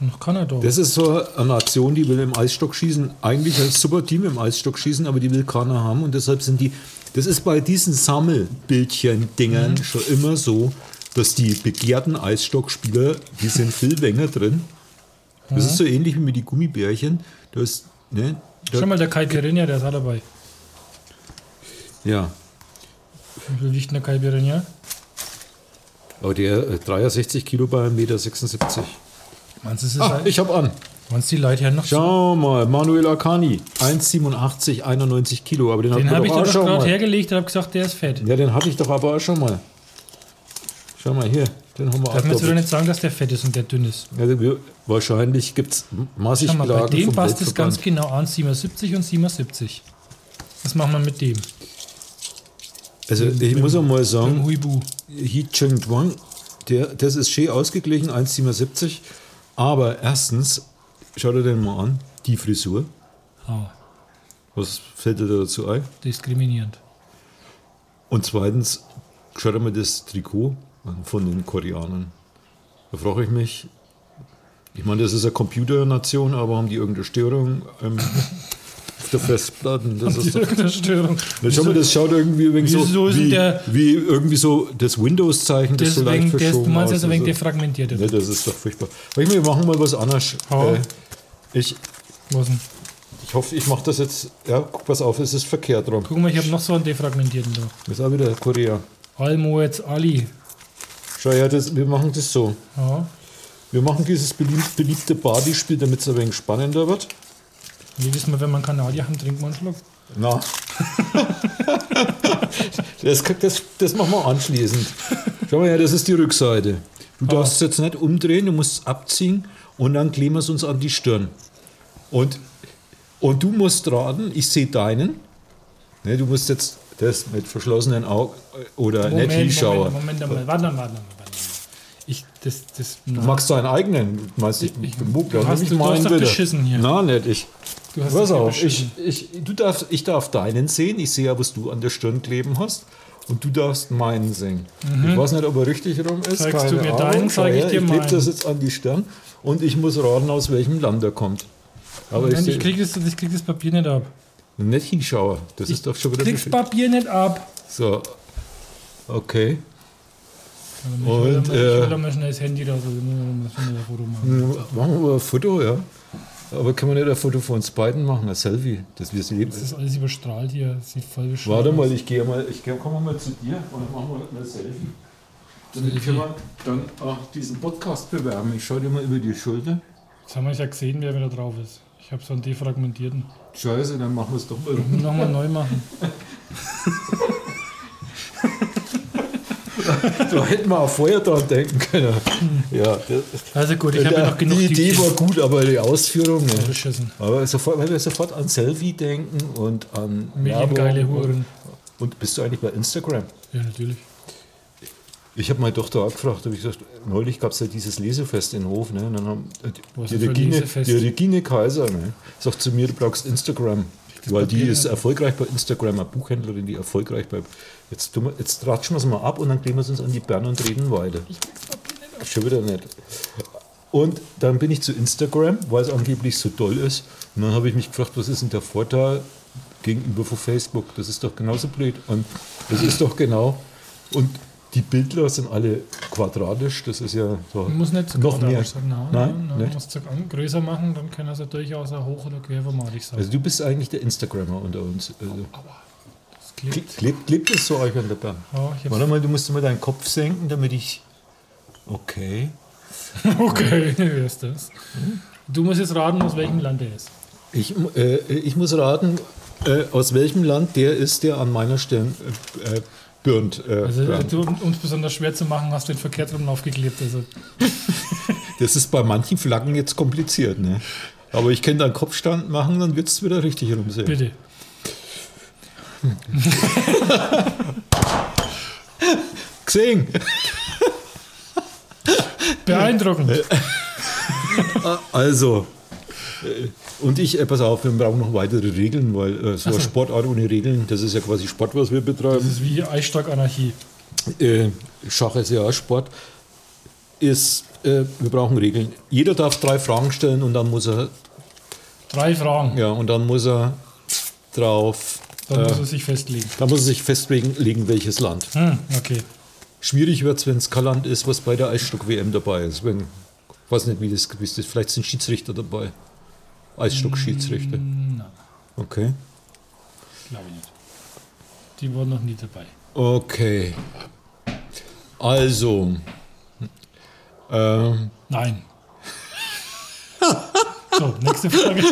Noch Kanada.
Das ist so eine Nation, die will im Eisstock schießen. Eigentlich ein super Team im Eisstock schießen, aber die will keiner haben. Und deshalb sind die. Das ist bei diesen Sammelbildchen-Dingern schon immer so, dass die begehrten Eisstockspieler, die sind viel länger drin. Das ist so ähnlich wie mit den Gummibärchen. Das, ne,
Schau
da,
mal, der Kai Pirinha, der ist auch dabei.
ja.
Wie viel wiegt denn der Kai Pirinha?
Aber der äh, 63 Kilo bei 1,76 Meter.
Meinst du, das ist
Ah,
halt,
ich hab an.
meinst, du, die Leute hier noch
Schau mal, Manuel Akani, 1,87, 91 Kilo. Aber den,
Den
hat
habe ich
auch
doch
schon
gerade
mal.
hergelegt und habe gesagt, der ist fett.
Ja, den hatte ich doch aber auch schon mal. Schau mal hier, den haben wir
Darf man
auch
jetzt wieder
doppelt.
nicht sagen, dass der fett ist und der dünn ist.
also wir, Wahrscheinlich gibt es massig
Schau mal, bei
Klagen
dem
vom
passt es ganz
Weltverband.
genau an, 77 und 77. Was machen wir mit dem?
Also ich muss auch mal
Dem
sagen,
Huibu.
He Cheng Duang, der, das ist schön ausgeglichen, 1,77. Aber erstens, schau dir den mal an, die Frisur.
Ah,
Was fällt dir da dazu ein?
diskriminierend.
Und zweitens, schau dir mal das Trikot an von den Koreanern. Da frage ich mich, ich meine, das ist eine Computernation, aber haben die irgendeine Störung ähm, auf der Festplatte? Das ist doch,
Irgendeine Störung.
Na, schau mal, das schaut irgendwie ein wenig
Wieso
so,
ist denn
wie,
der-
wie irgendwie so das Windows-Zeichen, das so leicht
Deswegen, des, du
verschoben
meinst also
aus-
wegen
also-
der defragmentiert.
ne, Das ist doch furchtbar. Aber ich meine, wir machen mal was anderes.
Hau.
Äh, ich,
Was denn?
ich hoffe, ich mache das jetzt. Ja, guck, pass auf, es ist verkehrt rum.
Guck mal, ich habe noch so einen defragmentierten da.
Ist auch wieder Korea.
Almoez Ali.
Schau her, das, wir machen das so.
Ja,
Wir machen dieses belieb- beliebte Badi-Spiel, damit es ein wenig spannender wird.
wie wissen wir, wenn man Kanadier haben, trinkt man einen Schluck.
Na. das, kann- das, das machen wir anschließend. Schau mal her, das ist die Rückseite. Du
Ah.
darfst es jetzt nicht umdrehen, du musst es abziehen und dann kleben wir es uns an die Stirn. Und, und du musst raten, ich sehe deinen. Ne, du musst jetzt das mit verschlossenen Augen äh, oder nicht hinschauen.
Moment, Moment einmal. Warte mal, warte mal, warte mal. Ich, das, das,
Du magst deinen eigenen. Du Meinst ich,
Ich-
ich,
du hast- du hast doch geschissen hier.
Nein, nicht ich.
Du hast
Pass
doch hier
auf, ich,
beschissen.
ich, du darfst, ich darf deinen sehen. Ich sehe ja, was du an der Stirn kleben hast. Und du darfst meinen sehen. Ich weiß nicht, ob er richtig rum ist.
Mhm. Zeigst
keine
du mir
Ahnung.
deinen,
Schau
zeig ich
her,
dir
Ich klebe
meinen.
das jetzt an die Stirn und ich muss raten, aus welchem Land er kommt. Aber
Moment,
ich,
ich, krieg das, ich krieg das Papier nicht ab.
nicht hinschauen. Das ist doch schon wieder
Krieg's
beschissen.
Papier nicht ab.
So, okay.
Und,
Und, äh, Hm,
ich hol da mal schnell das Handy raus, also ich muss mal ein Foto machen.
Machen wir ein Foto, ja. Aber kann man nicht ein Foto von uns beiden machen, ein Selfie, dass wir es leben.
Das ist alles überstrahlt hier. Sieht voll bescheuert
Warte
aus.
mal, ich gehe mal, ich geh, komm mal zu dir und dann machen wir ein Selfie. Dann können wir dann auch diesen Podcast bewerben. Ich schaue dir mal über die Schulter.
Jetzt haben wir ja gesehen, wer wieder drauf ist. Ich habe so einen defragmentierten.
Scheiße, dann machen wir es doch mal.
Nochmal neu machen.
da hätten wir auch vorher dran denken können. Ja, das,
Also gut, ich habe ja noch genug
die Idee
Tütchen.
war gut, aber die Ausführung.
Ja,
Ne?
beschissen.
Aber sofort, weil wir sofort an Selfie denken und an Werbung.
Mediengeile Huren.
Und bist du eigentlich bei Instagram?
Ja, natürlich.
Ich habe meine Tochter auch gefragt, habe ich gesagt, neulich gab es ja dieses Lesefest in Hof, ne? Und dann haben äh,
Was ist
die,
das für ein
Regine,
Lesefest?
die Regine Kaiser, ne? Sagt zu mir, du brauchst Instagram. Weil die
Papier,
ist
ja.
erfolgreich bei Instagram, eine Buchhändlerin, die erfolgreich bei. Jetzt, tun wir- jetzt ratschen wir es mal ab und dann gehen wir uns an die Bern und reden weiter. Schon wieder nicht. Und dann bin ich zu Instagram, weil es angeblich so toll ist. Und dann habe ich mich gefragt, was ist denn der Vorteil gegenüber von Facebook? Das ist doch genauso blöd. Und das ist doch genau. Und die Bildler sind alle quadratisch. Das ist ja so
Muss nicht so
noch
quadratisch
mehr.
Sein. Nein, nein,
Nein,
nein,
nicht?
Musst du an- größer machen, dann kann das ja durchaus auch hoch- oder querformatig sein.
Also du bist eigentlich der Instagrammer unter uns.
Oh,
Also,
Aber das klebt.
klebt, klebt es so euch an der Bahn?
Ja, ich hab's-
Warte mal, du musst mal deinen Kopf senken, damit ich. Okay.
Okay, wer ist das?
Hm?
Du musst jetzt raten, aus welchem Land er ist.
Ich, äh, ich muss raten, äh, aus welchem Land der ist, der an meiner Stirn äh, äh, birnt. Äh,
Also,
birnt.
du, um uns besonders schwer zu machen, hast du den verkehrt rum aufgeklebt. Also,
Das ist bei manchen Flaggen jetzt kompliziert. Ne? Aber ich kann da einen Kopfstand machen, dann wird es wieder richtig rumsehen.
bitte.
Gesehen!
Beeindruckend.
Also. äh, Und ich, äh, pass auf, wir brauchen noch weitere Regeln, weil äh, so eine Sportart ohne Regeln, das ist ja quasi Sport, was wir betreiben.
Das ist wie Eisstock-Anarchie.
äh, Schach ist ja auch Sport, ist, äh, wir brauchen Regeln. Jeder darf drei Fragen stellen und dann muss er,
Drei Fragen.
ja, und dann muss er drauf,
Dann muss
äh,
er sich festlegen.
dann muss er sich festlegen, legen, welches Land.
Hm, okay.
Schwierig wird es, wenn es kein Land ist, was bei der Eisstock-WM dabei ist. Wenn, ich weiß nicht, wie das gewiss ist. Vielleicht sind Schiedsrichter dabei. Eisstock-Schiedsrichter.
Nein,
Okay.
glaube ich nicht. Die waren noch nie dabei.
Okay. Also. Ähm,
Nein. so, nächste Frage.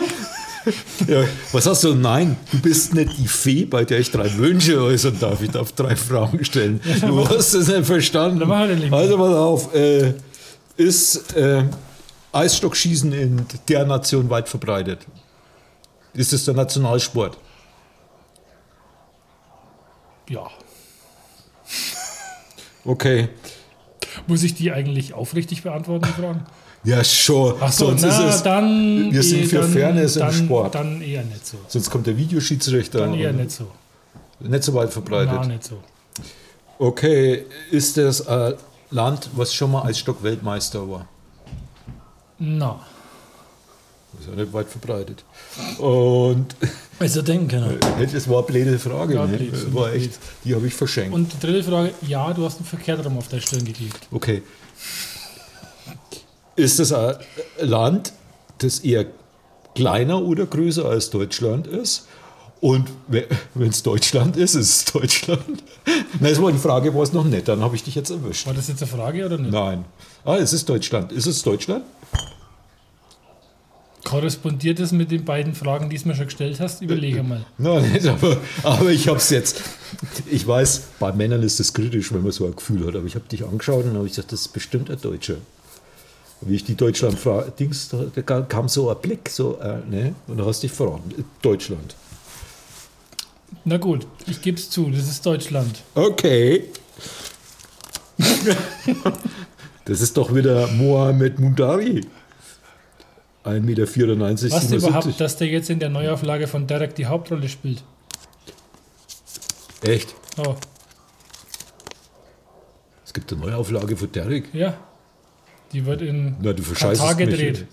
Ja, was hast du? Nein, du bist nicht die Fee, bei der ich drei Wünsche äußern darf. Ich darf drei Fragen stellen. Du hast es nicht verstanden.
Dann mach halt den Link.
Also pass auf. Äh, ist äh, Eisstockschießen in der Nation weit verbreitet? Ist es der Nationalsport?
Ja.
Okay.
Muss ich die eigentlich aufrichtig beantworten, die Fragen?
Ja, schon.
Ach so,
sonst,
na,
ist es,
dann. eh
wir sind für
dann,
Fairness im
dann,
Sport.
Dann eher nicht so.
sonst kommt der Videoschiedsrichter.
Dann eher
und
nicht so.
nicht so weit
Na,
verbreitet.
nicht so.
Okay. Ist das äh, Land, was schon mal Eisstock-Weltmeister war?
Na.
Ist ja nicht weit verbreitet. Und
Also denken können.
das war eine blöde Frage.
Ja,
ne?
blöd,
war echt, die habe ich verschenkt.
Und die dritte Frage, ja, du hast einen verkehrt rum auf der Stirn geklebt.
okay. Ist das ein Land, das eher kleiner oder größer als Deutschland ist? Und wenn es Deutschland ist, ist es Deutschland? Na, das war die Frage, war es noch nicht, dann habe ich dich jetzt erwischt.
War das jetzt eine Frage oder nicht?
Nein. Ah, es ist Deutschland. Ist es Deutschland?
Korrespondiert das mit den beiden Fragen, die du mir schon gestellt hast?
Äh,
Überlege mal.
Nein, nicht, aber, aber ich habe es jetzt. Ich weiß, bei Männern ist es kritisch, wenn man so ein Gefühl hat. Aber ich habe dich angeschaut und habe ich gesagt, das ist bestimmt ein Deutscher. Wie ich die Deutschland frage, Dings, da da kam so ein Blick, so, äh, ne? Und da hast dich verraten. Deutschland.
Na gut, ich gebe es zu, das ist Deutschland.
Okay. das ist doch wieder Mohamed Mundari. 1,94 Meter.
Was überhaupt,
77.
dass der jetzt in der Neuauflage von Derek die Hauptrolle spielt?
Echt?
Oh,
Es gibt eine Neuauflage von Derek.
ja. Die wird in
Na, du verscheißt
Katar gedreht.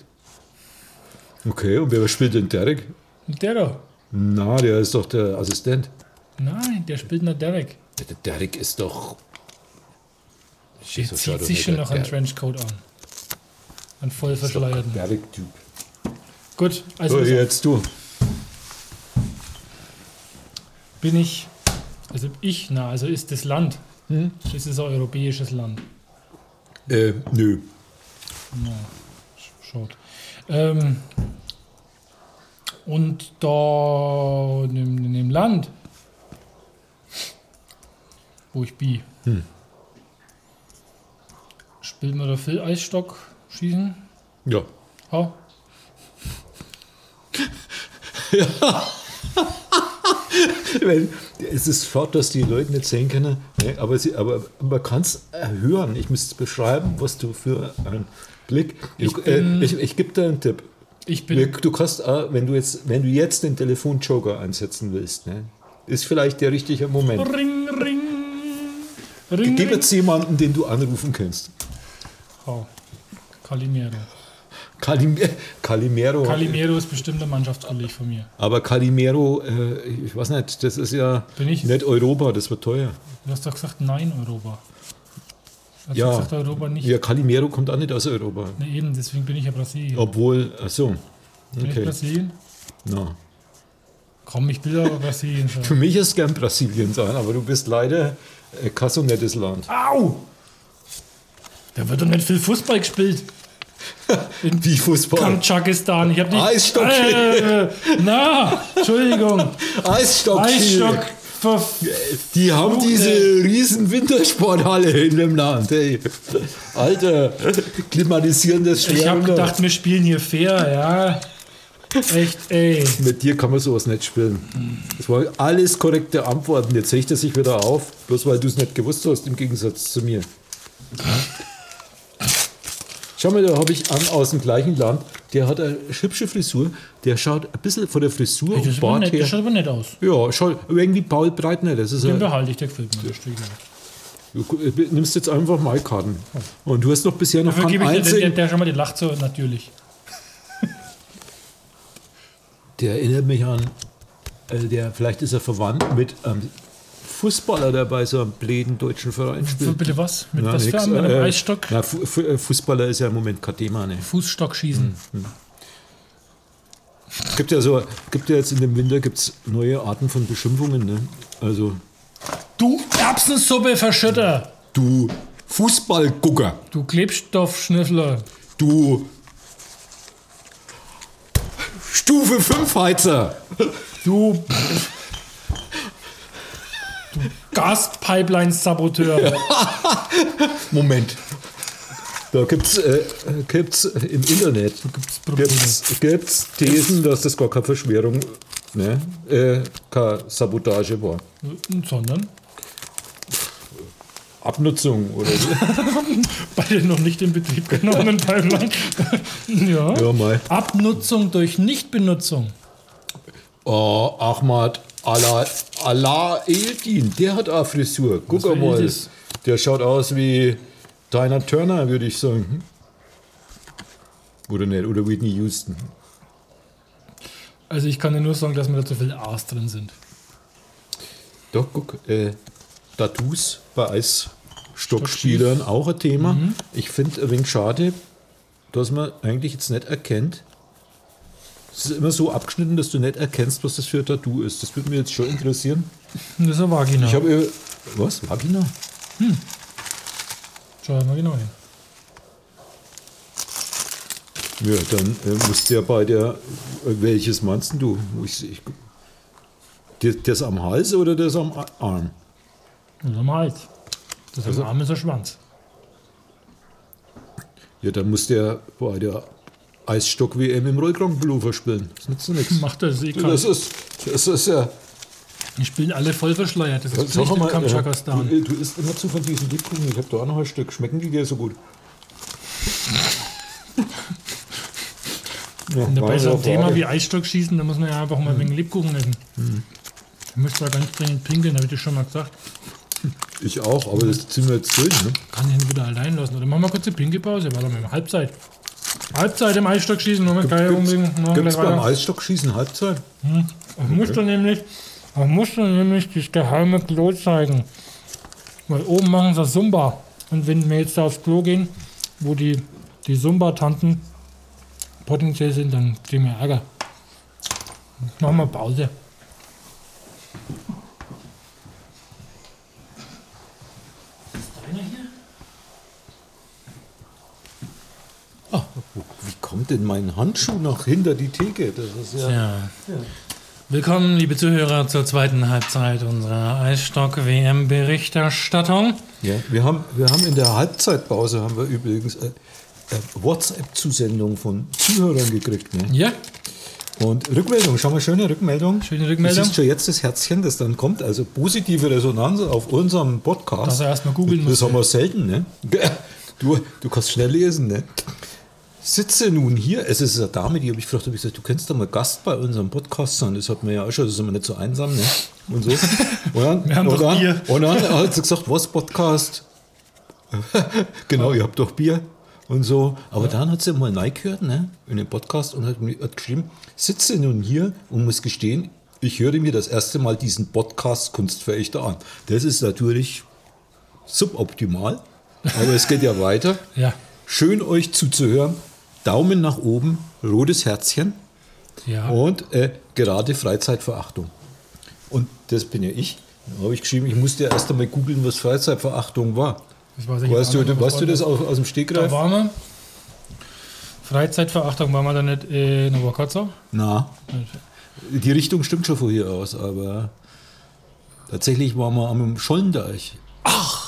Okay, und wer spielt denn Derek?
Und der da?
Na, der ist doch der Assistent.
Nein, der spielt nur Derek.
Der der Derek ist doch.
Der
Jesus, schau
zieht
doch
sich
nicht,
schon
der-
noch einen
der-
Trenchcoat an. Einen voll
ist doch
verschleierten.
Derek-Typ.
Gut, also
So,
pass auf.
jetzt du.
bin ich, also ich, na, also ist das Land,
Hm?
ist es ein europäisches Land.
Äh, nö.
Schaut. Ähm, und da in dem, in dem Land, wo ich bin,
Hm.
spielt man da viel Eisstock schießen.
Ja.
Ha?
Weil es ist schade, dass die Leute nicht sehen können, ne? aber, sie, aber man kann es hören. Ich müsste beschreiben, was du für einen Blick. Ich,
bin-
äh, ich, ich gebe dir einen Tipp.
Ich bin,
Wir- Du kannst, auch, wenn du jetzt, wenn du jetzt den Telefonjoker einsetzen willst, ne? ist vielleicht der richtige Moment.
Ring, ring. Ring,
Gib
ring.
jetzt jemanden, den du anrufen kannst.
Oh. Calimero.
Oh, Kalim Calimero.
Calimero ist bestimmt ein Mannschaftskollege von mir.
Aber Calimero, äh, ich weiß nicht, das ist ja
Bin ich-
nicht Europa, das wird teuer.
Du hast doch gesagt, nein, Europa. Du hast
Ja.
doch gesagt, Europa nicht.
Ja, Calimero kommt auch nicht aus Europa.
Ne, eben, deswegen bin ich ja Brasilien.
Obwohl, ach so.
bin ich
Oh, Okay.
Brasilien?
Na.
Komm, ich will aber Brasilien sein.
Für mich ist gern Brasilien sein, aber du bist leider äh, kein so nettes Land.
Au! Da wird doch nicht viel Fußball gespielt.
Wie Fußball.
Kamtschakistan, ich hab nicht.
Eisstock.
Äh, na, Entschuldigung.
Eisstock.
Eisstock. verf-
Die haben diese
äh,
riesen Wintersporthalle in dem Land. Ey. Alter, klimatisierendes
Ich hab
Schwerunter.
gedacht, wir spielen hier fair, ja. Echt, ey.
Mit dir kann man sowas nicht spielen. Das waren alles korrekte Antworten. Jetzt richtet sich wieder auf, bloß weil du es nicht gewusst hast, im Gegensatz zu mir. Schau mal, da habe ich an aus dem gleichen Land. Der hat eine hübsche Frisur. Der schaut ein bisschen von der Frisur
Das
und
sieht aber nicht,
Bart
das Genau,
her.
schaut aber nicht aus.
Ja, schau, irgendwie Paul Breitner. Das ist
Den
ein,
behalte ich, der gefällt mir. Der steht egal.
du äh, nimmst jetzt einfach mal Karten. Und du hast noch bisher noch
Dafür
keinen
gebe ich der, der,
einzigen.
der schon mal die lacht so natürlich.
Der erinnert mich an, äh, der, vielleicht ist er verwandt mit einem Fußballer, der bei so einem bläden deutschen Verein
Für
spielt.
bitte was? Mit was für
nix,
einem
äh,
Eisstock?
Na, Fu Fu äh, Fußballer ist ja im Moment kein Thema. Ne?
Fußstock schießen.
Gibt ja so, gibt ja jetzt in dem Winter gibt's neue Arten von Beschimpfungen. Ne? Also
Du Erbsensuppe verschütter!
du Fußballgucker,
Du Klebstoffschnüffler!
du Stufe 5 Heizer,
Du. du Gaspipeline-Saboteur!
Moment. Da gibt's, äh, gibt's im Internet gibt's, gibt's Thesen, dass das gar keine Verschwörung, ne, äh, keine Sabotage war.
Sondern
Abnutzung oder so.
bei den noch nicht in Betrieb genommenen Pipeline. ja.
Ja, mei.
Abnutzung durch Nichtbenutzung.
Oh, Ahmad Ala, Ala Eldin, der hat auch Frisur. Guck
für
mal.
Eldis?
Der schaut aus wie Dinah Turner, würde ich sagen. Hm? Oder nicht, oder Whitney Houston.
Also ich kann dir nur sagen, dass mir da zu viele A's drin sind.
Doch, guck, äh, Tattoos bei Eisstockspielern auch ein Thema. Ich finde ein wenig schade, dass man eigentlich jetzt nicht erkennt. Es ist immer so abgeschnitten, dass du nicht erkennst, was das für ein Tattoo ist. Das würde mich jetzt schon interessieren.
Und das ist eine Vagina.
Ich habe. äh, Was? Vagina?
Schau mal genau hin.
Ja, dann äh, musst du ja bei der. äh, Welches meinst denn du? Ich, ich, das, das am Hals oder das am A- Arm?
Das haben wir halt. Das also, Arm ist ein Schwanz.
Ja, dann musst du ja bei der Eisstock-WM im Rollkragenpullover spielen. Das nützt ja nichts.
Macht das, ich kann.
Das ist, das ist ja.
Die spielen alle voll verschleiert. Das ist
Sag
Pflicht
mal,
in
äh,
Kamtschakistan.
du, du isst immer zu von diesen Lebkuchen. Ich habe da auch noch ein Stück. Schmecken die dir so gut? Ja,
Und dabei
war
so
ja
ein Thema
Frage. Hm.
wie Eisstock schießen, da muss man ja einfach mal wegen Lebkuchen essen. Ich muss da ganz dringend pinkeln, habe ich dir schon mal gesagt.
Ich auch, aber das ziehen wir jetzt durch. Ne?
Kann ich ihn wieder allein lassen. Oder machen wir kurz eine Pinkelpause. Warte mal, Halbzeit. Halbzeit im Eisstock schießen. Moment, kann ich unbedingt machen wir
Gibt es
gleich
beim
weiter.
Eisstockschießen Halbzeit?
Ich musste nämlich, ich musste nämlich das geheime Klo zeigen. Weil oben machen sie Zumba. Und wenn wir jetzt da aufs Klo gehen, wo die, die Zumba-Tanten potenziell sind, dann kriegen wir Ärger. Machen wir Pause.
Wie kommt denn mein Handschuh noch hinter die Theke? Das ist ja.
Ja. Willkommen, liebe Zuhörer, zur zweiten Halbzeit unserer Eisstock-WM-Berichterstattung.
Ja, wir, haben, wir haben in der Halbzeitpause haben wir übrigens äh, äh, WhatsApp-Zusendung von Zuhörern gekriegt. Ne?
Ja,
Und Rückmeldung, schau mal, schöne Rückmeldung.
Schöne Rückmeldung.
Du siehst schon jetzt das Herzchen, das dann kommt. Also positive Resonanz auf unserem Podcast.
Dass er erst mal googeln muss,
Das haben
ja.
wir selten, ne? Du, du kannst schnell lesen, ne? Sitze nun hier, es ist eine Dame, die habe ich gefragt, habe ich gesagt, du kennst doch mal Gast bei unserem Podcast sein. Das hat man ja auch schon, das sind wir nicht so einsam, ne? Und so. Und dann,
Wir haben
und
doch
dann,
Bier.
Und dann hat sie gesagt, was Podcast? genau, ihr habt doch Bier und so. Aber dann hat sie mal reingehört, ne, in den Podcast und hat, mir- hat geschrieben, sitze nun hier und muss gestehen, ich höre mir das erste Mal diesen Podcast Kunstverächter an. Das ist natürlich suboptimal, aber es geht ja weiter.
Ja.
Schön euch zuzuhören. Daumen nach oben, rotes Herzchen
ja.
und äh, gerade Freizeitverachtung. Und das bin ja ich. Da habe ich geschrieben, ich musste erst einmal googeln, was Freizeitverachtung war.
Das weiß Also ich jetzt
weißt
auch
du,
nicht, was
weißt du das
war
aus, aus dem
Da
Stegreif?
waren wir. Freizeitverachtung waren wir da nicht äh, in der Wakatsa.
Na, die Richtung stimmt schon von hier aus, aber tatsächlich waren wir am Schollendeich. Ach!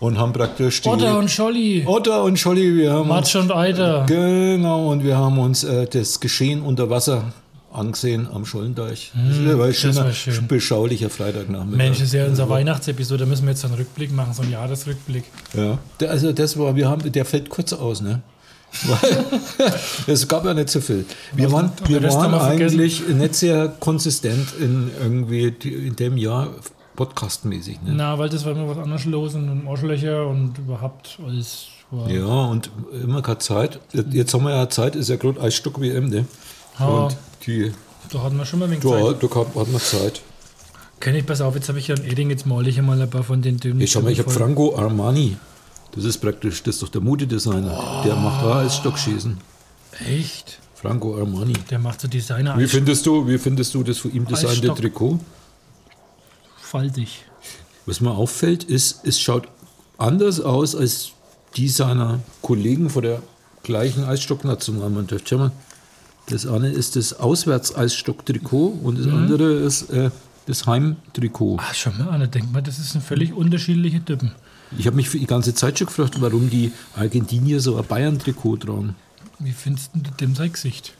Und haben praktisch die. Oh,
Otter und Scholli.
Otter und Scholli, wir haben
Matsch
uns,
und Eiter.
Genau, und wir haben uns äh, das Geschehen unter Wasser angesehen am Schollendeich. das war ein schöner,
Hm, war schön.
beschaulicher Freitagnachmittag.
Mensch, das ist ja unsere Weihnachtsepisode, da müssen wir jetzt so einen Rückblick machen, so einen Jahresrückblick.
Ja, der, also das war, wir haben, der fällt kurz aus, ne? Weil es gab ja nicht so viel. Wir waren,
Und
wir
den Rest
waren
haben wir vergessen.
eigentlich nicht sehr konsistent in irgendwie die- in dem Jahr podcastmäßig. Ne?
Na, weil das war immer was anderes los und, und Arschlöcher und überhaupt alles war.
Ja, und immer keine Zeit. Jetzt haben wir ja Zeit, ist ja gerade Eisstock WM, ne?
Ha.
Und die,
Da hatten wir schon mal ein wenig
da,
Zeit.
da kam, hat man Zeit.
Kenne ich besser auf, jetzt habe ich ja einen Eding, jetzt maule ich mal ein paar von den dünnen.
Ich schau mal, ich habe
Stücken voll.
Franco Armani. Das ist praktisch, das ist doch der Modedesigner.
Ah.
Der macht da Eisstockschießen.
Echt?
Franco Armani.
Der macht so Designer
Wie findest du, wie findest du das von ihm designte
Eisstock.
Trikot?
faltig.
Was mir auffällt, ist, es schaut anders aus als die seiner Kollegen von der gleichen Eisstocknationalmannschaft. Schau mal, das eine ist das Auswärts-Eisstock-Trikot und das andere ist äh, das Heimtrikot.
Ach, schon Ah, mal, da denkt man, das sind völlig unterschiedliche Typen.
Ich habe mich für die ganze Zeit schon gefragt, warum die Argentinier so ein Bayern-Trikot tragen.
Wie findest du dem sein Gesicht?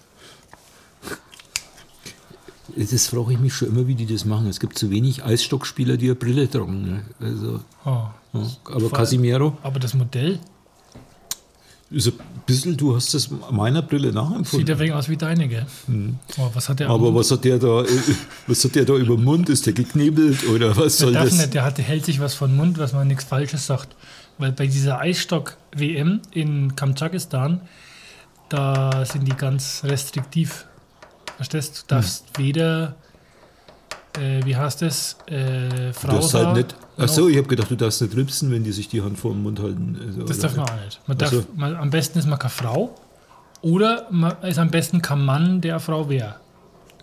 Das frage ich mich schon immer, wie die das machen. Es gibt zu wenig Eisstockspieler, die eine Brille tragen. Ne? Also,
Ah,
ja. Aber Casimiro,
Aber das Modell
ist ein bisschen, du hast das meiner Brille nachempfunden.
sieht ja wegen aus wie deine, gell? Oh, was hat der
Mhm. Aber
am-
was hat der da, äh, was hat der da über den Mund? Ist der geknebelt oder was soll
der darf
das?
nicht, der, hat, der hält sich was von Mund, was man nichts Falsches sagt. Weil bei dieser Eisstock-WM in Kamtschakistan, da sind die ganz restriktiv. Verstehst du? Du darfst
Hm.
weder, äh, wie heißt das, äh,
Du
Frau
darfst halt
sagen,
nicht. Ach so, ich habe gedacht, du darfst nicht ripsen, wenn die sich die Hand vor den Mund halten. Also,
Das darf man auch nicht. Man
Ach
darf,
so.
man, am besten ist man keine Frau oder man ist am besten kein Mann, der eine Frau wäre.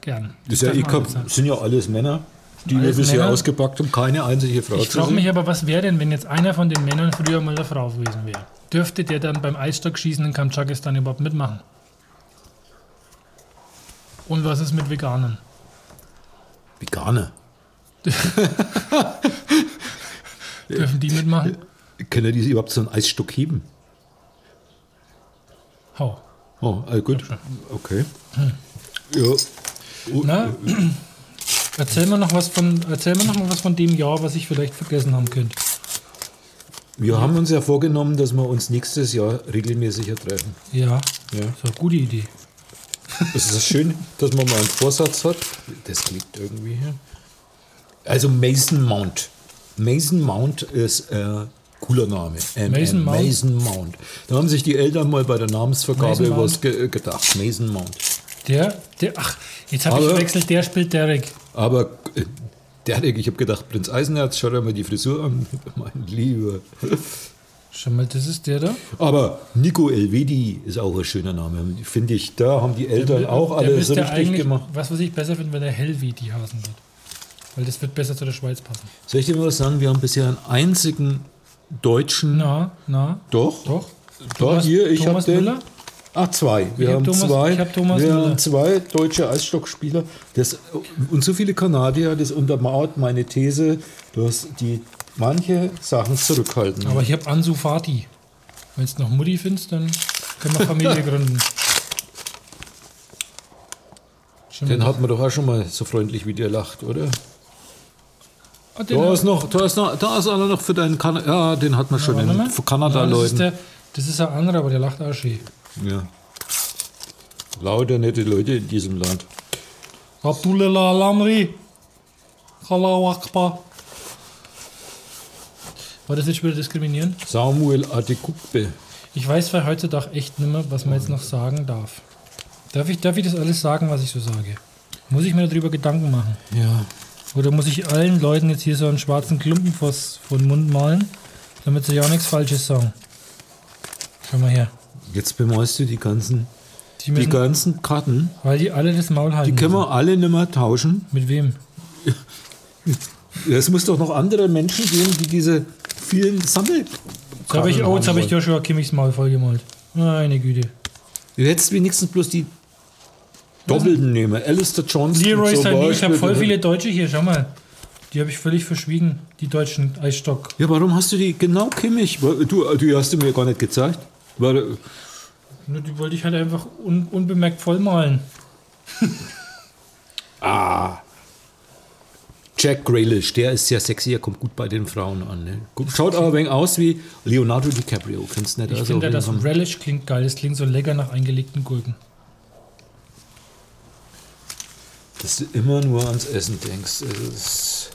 Gern.
Das ist ja
darf
eh
man auch
kein-
nicht sagen.
sind ja alles Männer, die wir
Alles
bisher
Männer.
ausgepackt haben, keine einzige Frau.
Ich
zu
frage
sehen.
mich aber, was wäre denn, wenn jetzt einer von den Männern früher mal eine Frau gewesen wäre? Dürfte der dann beim Eisstockschießen in Kamtschakistan überhaupt mitmachen? Und was ist mit Veganern?
Veganer.
Dürfen die mitmachen?
Können die überhaupt so einen Eisstock heben?
Hau.
Oh, ah, gut. Okay. Ja. Oh,
Na? Erzähl mir noch was von, erzähl mir noch mal was von dem Jahr, was ich vielleicht vergessen haben könnte.
Wir haben uns ja vorgenommen, dass wir uns nächstes Jahr regelmäßiger treffen.
Ja,
Ja.
so eine gute Idee.
Es ist schön, dass man mal einen Vorsatz hat. Das klingt irgendwie hier. Also Mason Mount. Mason Mount ist äh, cooler Name. Ähm,
Mason
ähm,
Mount?
Mason Mount. Da haben sich die Eltern mal bei der Namensvergabe
Mason Mount.
was ge gedacht. Mason Mount.
Der, der, ach, jetzt habe ich
Aber-
verwechselt, der spielt Derek.
Aber äh, der, ich habe gedacht, Prinz Eisenherz, schau dir mal die Frisur an. mein Lieber.
Schau mal, das ist der da.
Aber Nico Elvedi ist auch ein schöner Name, finde ich. Da haben die Eltern auch alle so
müsste
richtig
eigentlich-
gemacht.
Was weiß ich besser finden, wenn der Helveti Hasen wird. Weil das wird besser zu der Schweiz passen.
Soll ich dir mal was sagen? Wir haben bisher einen einzigen deutschen.
Na, na.
Doch.
Doch.
Doch, hier, ich habe
Thomas
den.
Müller?
Ach, zwei. Wir
Ich hab
haben
Thomas-
zwei.
ich hab Thomas
wir
Müller.
haben zwei deutsche Eisstockspieler. Das, und so viele Kanadier, das untermauert meine These, dass die manche Sachen zurückhalten.
Aber ich habe Ansu Fati. Wenn du noch Mutti findest, dann können wir Familie gründen. Schau mal.
den hat man doch auch schon mal so freundlich wie der lacht, oder?
Ah, den
Da
hat-
ist noch, da ist noch, da ist einer noch für deinen Kanada. Ja, den hat man schon
Warte mal.
in Kanada,
Nein, das ist
Leuten.
der- Das ist ein anderer, aber der lacht auch schön.
Ja. Lauter nette Leute in diesem Land.
Abdullah Lamri. Allahu Akbar. War das jetzt wieder diskriminieren?
Samuel Adekupe.
Ich weiß für heutzutage echt nicht mehr, was man jetzt noch sagen darf. Darf ich, darf ich das alles sagen, was ich so sage? Muss ich mir darüber Gedanken machen?
Ja.
Oder muss ich allen Leuten jetzt hier so einen schwarzen Klumpen vors, vor den Mund malen, damit sie ja auch nichts Falsches sagen? Schau mal her.
Jetzt bemalst du die ganzen,
Die
die
müssen,
ganzen Karten.
weil die alle das Maul halten.
Die können
müssen.
wir alle nicht mehr tauschen.
Mit wem?
Es muss doch noch andere Menschen geben, die diese vielen Sammel.
Jetzt habe ich, oh, jetzt habe ich
Du
Joshua Kimmichs Maul vollgemalt. Meine Güte.
hättest wenigstens bloß die Doppelten nehmen. Alistair Johnson.
Leroy
zum
Sané, ich habe
Beispiel.
voll viele Deutsche hier, schau mal. Die habe ich völlig verschwiegen, die deutschen Eisstock.
Ja, warum hast du die genau Kimmich? Weil Du, du hast du mir gar nicht gezeigt. Weil,
Nur die wollte ich halt einfach un unbemerkt vollmalen.
ah. Jack Grealish, der ist sehr sexy, er kommt gut bei den Frauen an. Ne? Gut, Schaut aber ein wenig aus wie Leonardo DiCaprio, findest du nicht?
Ich
Also
finde,
auf
das
jeden Fall.
Relish klingt geil. Das klingt so lecker nach eingelegten Gurken.
dass du immer nur ans Essen denkst. Also, das ist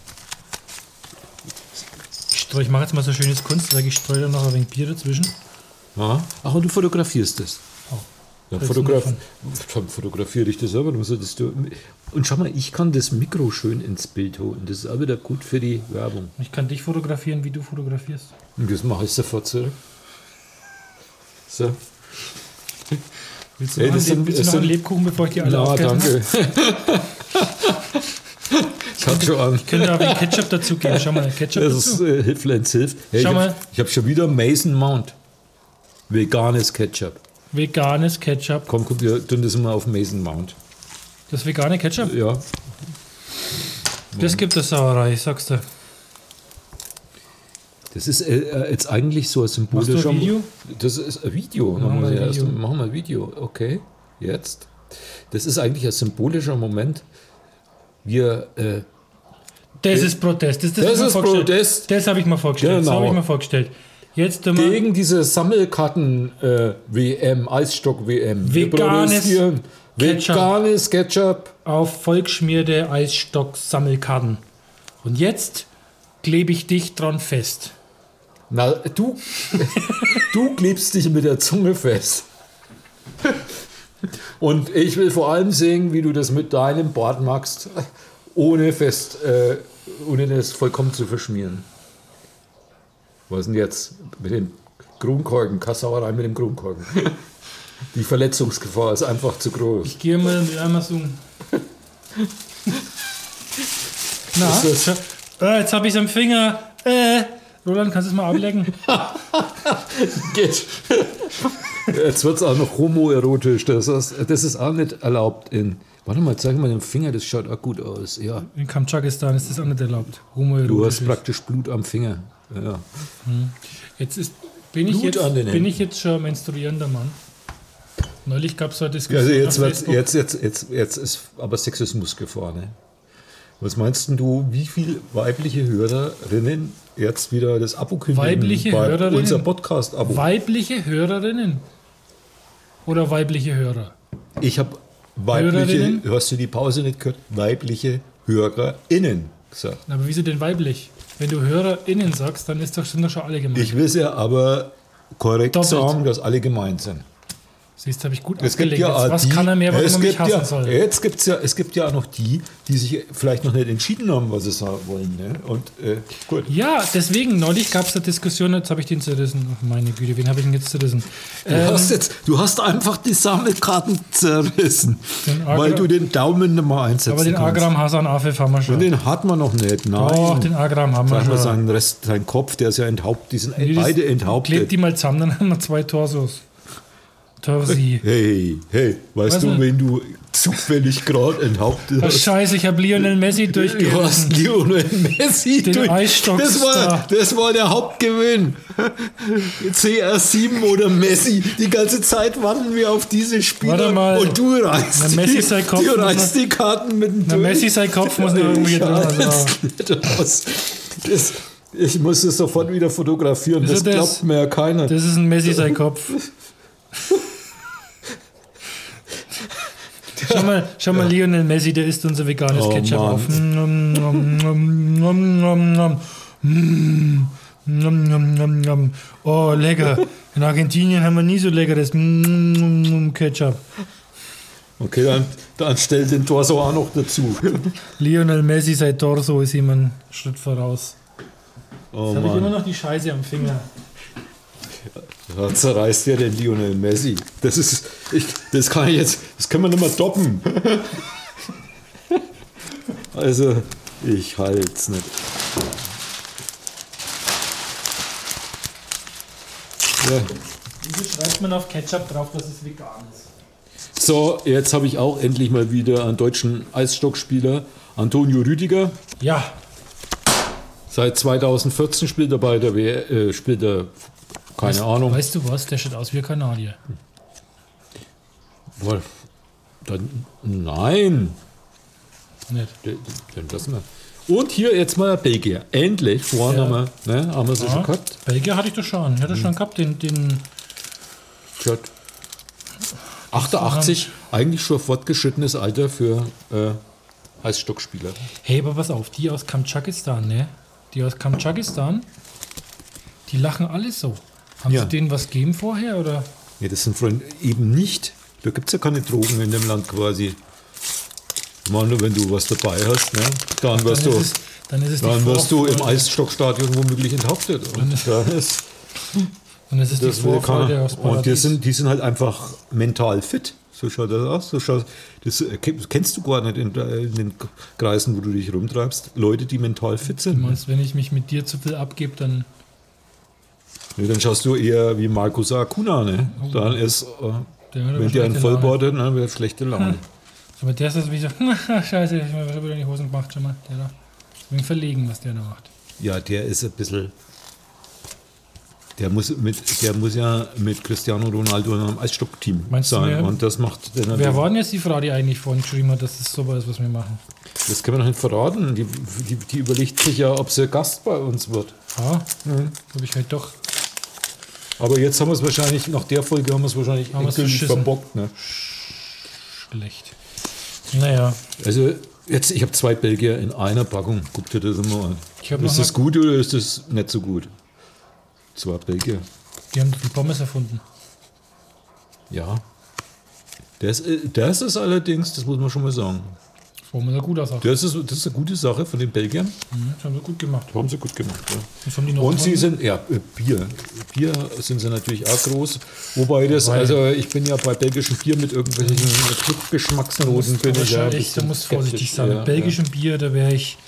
Ich, streu- ich mache jetzt mal so schönes Kunstwerk. Ich streue da noch ein wenig Bier dazwischen.
Ja. Ach, und du fotografierst das.
Oh.
Dann,
Das
fotograf
ist
dann fotografiere ich das aber. Dann solltest du und schau mal, ich kann das Mikro schön ins Bild holen. Das ist auch wieder gut für die Werbung.
Ich kann dich fotografieren, wie du fotografierst.
Und das mache ich sofort zurück. So.
Willst du
Ey,
noch,
das
einen,
sind-
Leb- willst du
das
noch einen
sind-
Lebkuchen, bevor ich die alle
Na,
aufgessen habe?
danke. ich hab schon an.
Ich könnte aber den Ketchup dazu geben. Schau mal, Ketchup
Das ist
dazu.
äh, Hilflands Hilf. Hey, ich
Schau
habe
mal.
hab schon wieder Mason Mount. Veganes Ketchup.
Veganes Ketchup.
Komm, guck, wir tun das mal auf Mason Mount.
Das vegane Ketchup?
Ja,
Das gibt es Sauerei, ich sag's dir.
Das ist äh, äh, jetzt eigentlich so ein symbolischer.
Machst du ein Video?
Das ist ein Video.
Machen
Machen
wir
wir
ein
erst-
Video.
machen wir ein Video. Okay, jetzt. Das ist eigentlich ein symbolischer Moment. Wir, äh,
Das ist Protest. Das, das, hab
Das
ich mir
ist
vorgestellt.
Protest.
Das habe ich mir vorgestellt. Das habe ich
Genau.
mir vorgestellt. Jetzt tun wir
gegen diese äh, Sammelkarten-WM, Eisstock-WM. Wir
Veganes
protestieren.
Ketchup.
Veganes Ketchup.
auf vollgeschmierte Eisstock-Sammelkarten. Und jetzt klebe ich dich dran fest.
Na, du, du klebst dich mit der Zunge fest. Und ich will vor allem sehen, wie du das mit deinem Bart machst, ohne fest, äh, ohne das vollkommen zu verschmieren. Was denn jetzt mit dem Grunkorken? Kassauerei mit dem Grunkorken. Die Verletzungsgefahr ist einfach zu groß.
Ich gehe mal mit einmal so. Na,
Ist das-
äh, jetzt habe ich am Finger. Äh, Roland, kannst du es mal ablecken?
Geht. Jetzt wird es auch noch homoerotisch. Das ist, das ist auch nicht erlaubt in. Warte mal, zeig mal den Finger, das schaut auch gut aus. Ja.
In Kamtschakistan ist das auch nicht erlaubt.
Du hast
Homoerotisch.
praktisch Blut am Finger. Ja.
Jetzt ist, bin, ich
Blut
jetzt,
an den
bin
Händen.
ich jetzt schon ein menstruierender Mann. Neulich gab es so eine Diskussion.
Also jetzt,
auf
wird's,
Facebook.
jetzt, jetzt, jetzt, jetzt ist aber Sexismus Gefahr. Ne? Was meinst denn du, wie viele weibliche Hörerinnen jetzt wieder das Abo kündigen?
Weibliche
bei
Hörerinnen?
Unser Podcast-Abo.
Weibliche Hörerinnen. Oder weibliche Hörer.
ich habe weibliche,
Hörerinnen?
hast du die Pause nicht gehört? Weibliche HörerInnen gesagt.
Aber wieso denn weiblich? Wenn du HörerInnen sagst, dann ist doch, sind doch schon alle gemeint.
Ich will es ja aber korrekt
Doppelt.
sagen, dass alle gemeint sind.
Siehst du, habe ich gut
Es gibt
abgelegt.
ja
Jetzt,
auch
was
die,
kann er mehr,
es
was man mich
gibt
hassen
ja,
soll?
Jetzt gibt's ja, es gibt ja auch noch die, die sich vielleicht noch nicht entschieden haben, was sie sagen wollen. Ne? Und äh, gut.
Ja, deswegen, neulich gab es eine Diskussion, jetzt habe ich den zerrissen. Ach, meine Güte, wen habe ich denn jetzt zerrissen?
Du,
Ähm.
hast jetzt, du hast einfach die Sammelkarten zerrissen,
Den Agra-
weil du den Daumen nicht mal einsetzen
Aber den
kannst.
Agram Hasan Afif haben wir schon.
Den hat man noch nicht, nein.
Doch, den Agram haben wir
Vielleicht mal
schon.
seinen Rest, seinen Kopf, der ist ja enthaupt, die sind
Nee, das-
beide
Klebt
enthauptet.
die mal zusammen, dann haben wir zwei Torsos. Torsi.
Hey, hey, weißt
Was
du,
denn?
wen du zufällig gerade enthauptet
Ach,
hast?
scheiße, ich habe Lionel Messi
Du hast
durchgerissen.
Lionel Messi
Den Eisstockstar.
das, war, das war der Hauptgewinn. CR7 oder Messi. Die ganze Zeit warten wir auf diese Spieler.
Warte mal.
Und du reißt,
Na,
die,
Messi sei Kopf,
du
muss
reißt die Karten mit dem
Na,
durch.
Messi sei Kopf, muss noch
Ich
irgendwie drin, also.
reiß nicht raus. das, Ich muss es sofort wieder fotografieren.
Also
Das,
das-
glaubt mir ja keiner.
Das ist ein Messi sein Kopf. Schau mal, schau mal Lionel Messi, der isst unser veganes
Oh,
Ketchup
Mann.
auf. Nom, nom, nom, nom, nom, nom. Mm, nom, nom, nom, nom. Oh, lecker. In Argentinien haben wir nie so leckeres mm, nom, nom, Ketchup.
Okay, dann, dann stell den Torso auch noch dazu.
Lionel Messi, sein Torso ist immer einen Schritt voraus.
Oh
Jetzt habe ich immer
Mann,
noch die Scheiße am Finger.
da zerreißt ja den Lionel Messi. Das ist, ich, das kann ich jetzt, das können wir nicht mehr doppen. Also, ich halt's nicht. Ja.
Wieso schreibt man auf Ketchup drauf, dass es vegan ist?
So, jetzt habe ich auch endlich mal wieder einen deutschen Eisstockspieler, Antonio Rüdiger.
Ja,
Seit 2014 spielt er bei der WR, äh, spielt er, keine Ahnung.
Weißt du was? Der sieht aus wie ein Kanadier.
Wohl. Dann, nein,
Nicht.
den, den lassen wir. Und hier jetzt mal Belgier. Endlich, vorhin
Ja.
haben wir, ne, haben wir sie schon
Ja.
gehabt. Hm.
Belgier hatte ich doch schon. Ich hatte schon gehabt den, den
Tschüss. 88, eigentlich schon fortgeschrittenes Alter für äh, Eisstockspieler.
Hey, aber pass auf, die aus Kamtschakistan, ne? Die aus Kamtschakistan, die lachen alle so. Haben
Ja.
sie denen was gegeben vorher oder?
Nee, das sind Freunde eben nicht. Da gibt es ja keine Drogen in dem Land quasi. Ich meine, wenn du was dabei hast, ne, dann wirst
dann
du,
Ist es, dann ist es die
dann wirst du im
Vorfreude-
Eisstockstadion womöglich enthauptet. Und dann ist
Dann ist es die
Das will
Vorfreude
keiner.
aus
Und die
Paradies.
sind, die sind halt einfach mental fit. So schaut das aus. So schaut, das äh, ke- kennst du gar nicht in, äh, in den Kreisen, wo du dich rumtreibst. Leute, die mental fit
Du
sind.
meinst, wenn ich mich mit dir zu viel abgebe, dann
Nee, dann schaust du eher wie Markus Acuna. Ne? Dann ist, äh,
Oh. Der hat aber
wenn dir einen
schlechte
vollbordet, dann wird schlechte Laune.
aber der ist das wie so, scheiße, ich hab mir schon wieder in die Hosen gemacht, schon mal. Der da. Ich bin verlegen, was der da macht.
Ja, der ist ein bisschen. Der muss, mit, der muss ja mit Cristiano Ronaldo in einem Eisstockteam
Meinst du,
sein.
wer-
Und das macht halt der
Wer war denn jetzt die Frau, die eigentlich vorhin geschrieben hat, dass das super ist, was wir machen?
Das können wir noch nicht verraten. Die, die, die überlegt sich ja, ob sie Gast bei uns wird.
Ah, habe ich halt doch.
Aber jetzt haben wir es wahrscheinlich, nach der Folge haben wir es wahrscheinlich
Haben wir es
endgültig
verschissen.
verbockt. Ne?
Schlecht. Naja,
Also jetzt, ich habe zwei Belgier in einer Packung. Guck dir das mal an.
Ich hab noch
ist das
mal-
gut oder ist das nicht so gut? Zwei Belgier.
die haben die Pommes erfunden.
Ja. Das, äh, das ist allerdings, das muss man schon mal sagen,
Pommes sah gut aus. Auch.
das ist, das ist eine gute Sache von den Belgiern.
Mhm, das haben sie gut gemacht.
Haben sie gut gemacht. Ja.
Das haben die noch
Und sie
erfunden.
sind, ja, äh, Bier. Bier sind sie natürlich auch groß. Wobei das, also ich bin ja bei belgischem Bier mit irgendwelchen Geschmacksnoten bin ich ja. ein
Wahrscheinlich, da
bisschen
muss vorsichtig
skeptisch.
sein.
Ja,
Mit belgischem Bier, da wäre ich,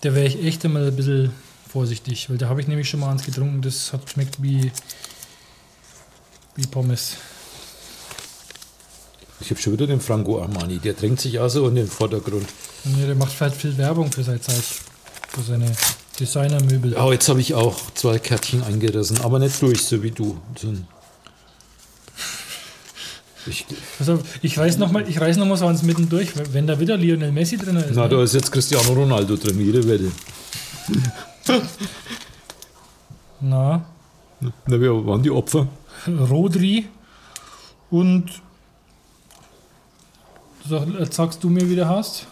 da wäre ich echt einmal ein bisschen vorsichtig, weil da habe ich nämlich schon mal eins getrunken, das hat schmeckt wie, wie Pommes.
Ja. Ich habe schon wieder den Franco Armani, der drängt sich also in den Vordergrund.
Und ja, der macht halt viel Werbung für seine Zeit, für seine Designermöbel.
Oh, jetzt habe ich auch zwei Kärtchen eingerissen, aber nicht durch, so wie du. So ein- Ich,
Also ich reiß nochmal, ich reiß nochmal so eins mittendurch, wenn da wieder Lionel Messi drin ist.
na,
ne?
da ist jetzt Cristiano Ronaldo drin, jede Wette.
Na,
Na, wer waren die Opfer?
Rodri und sag, äh, sagst du mir, wie der hast?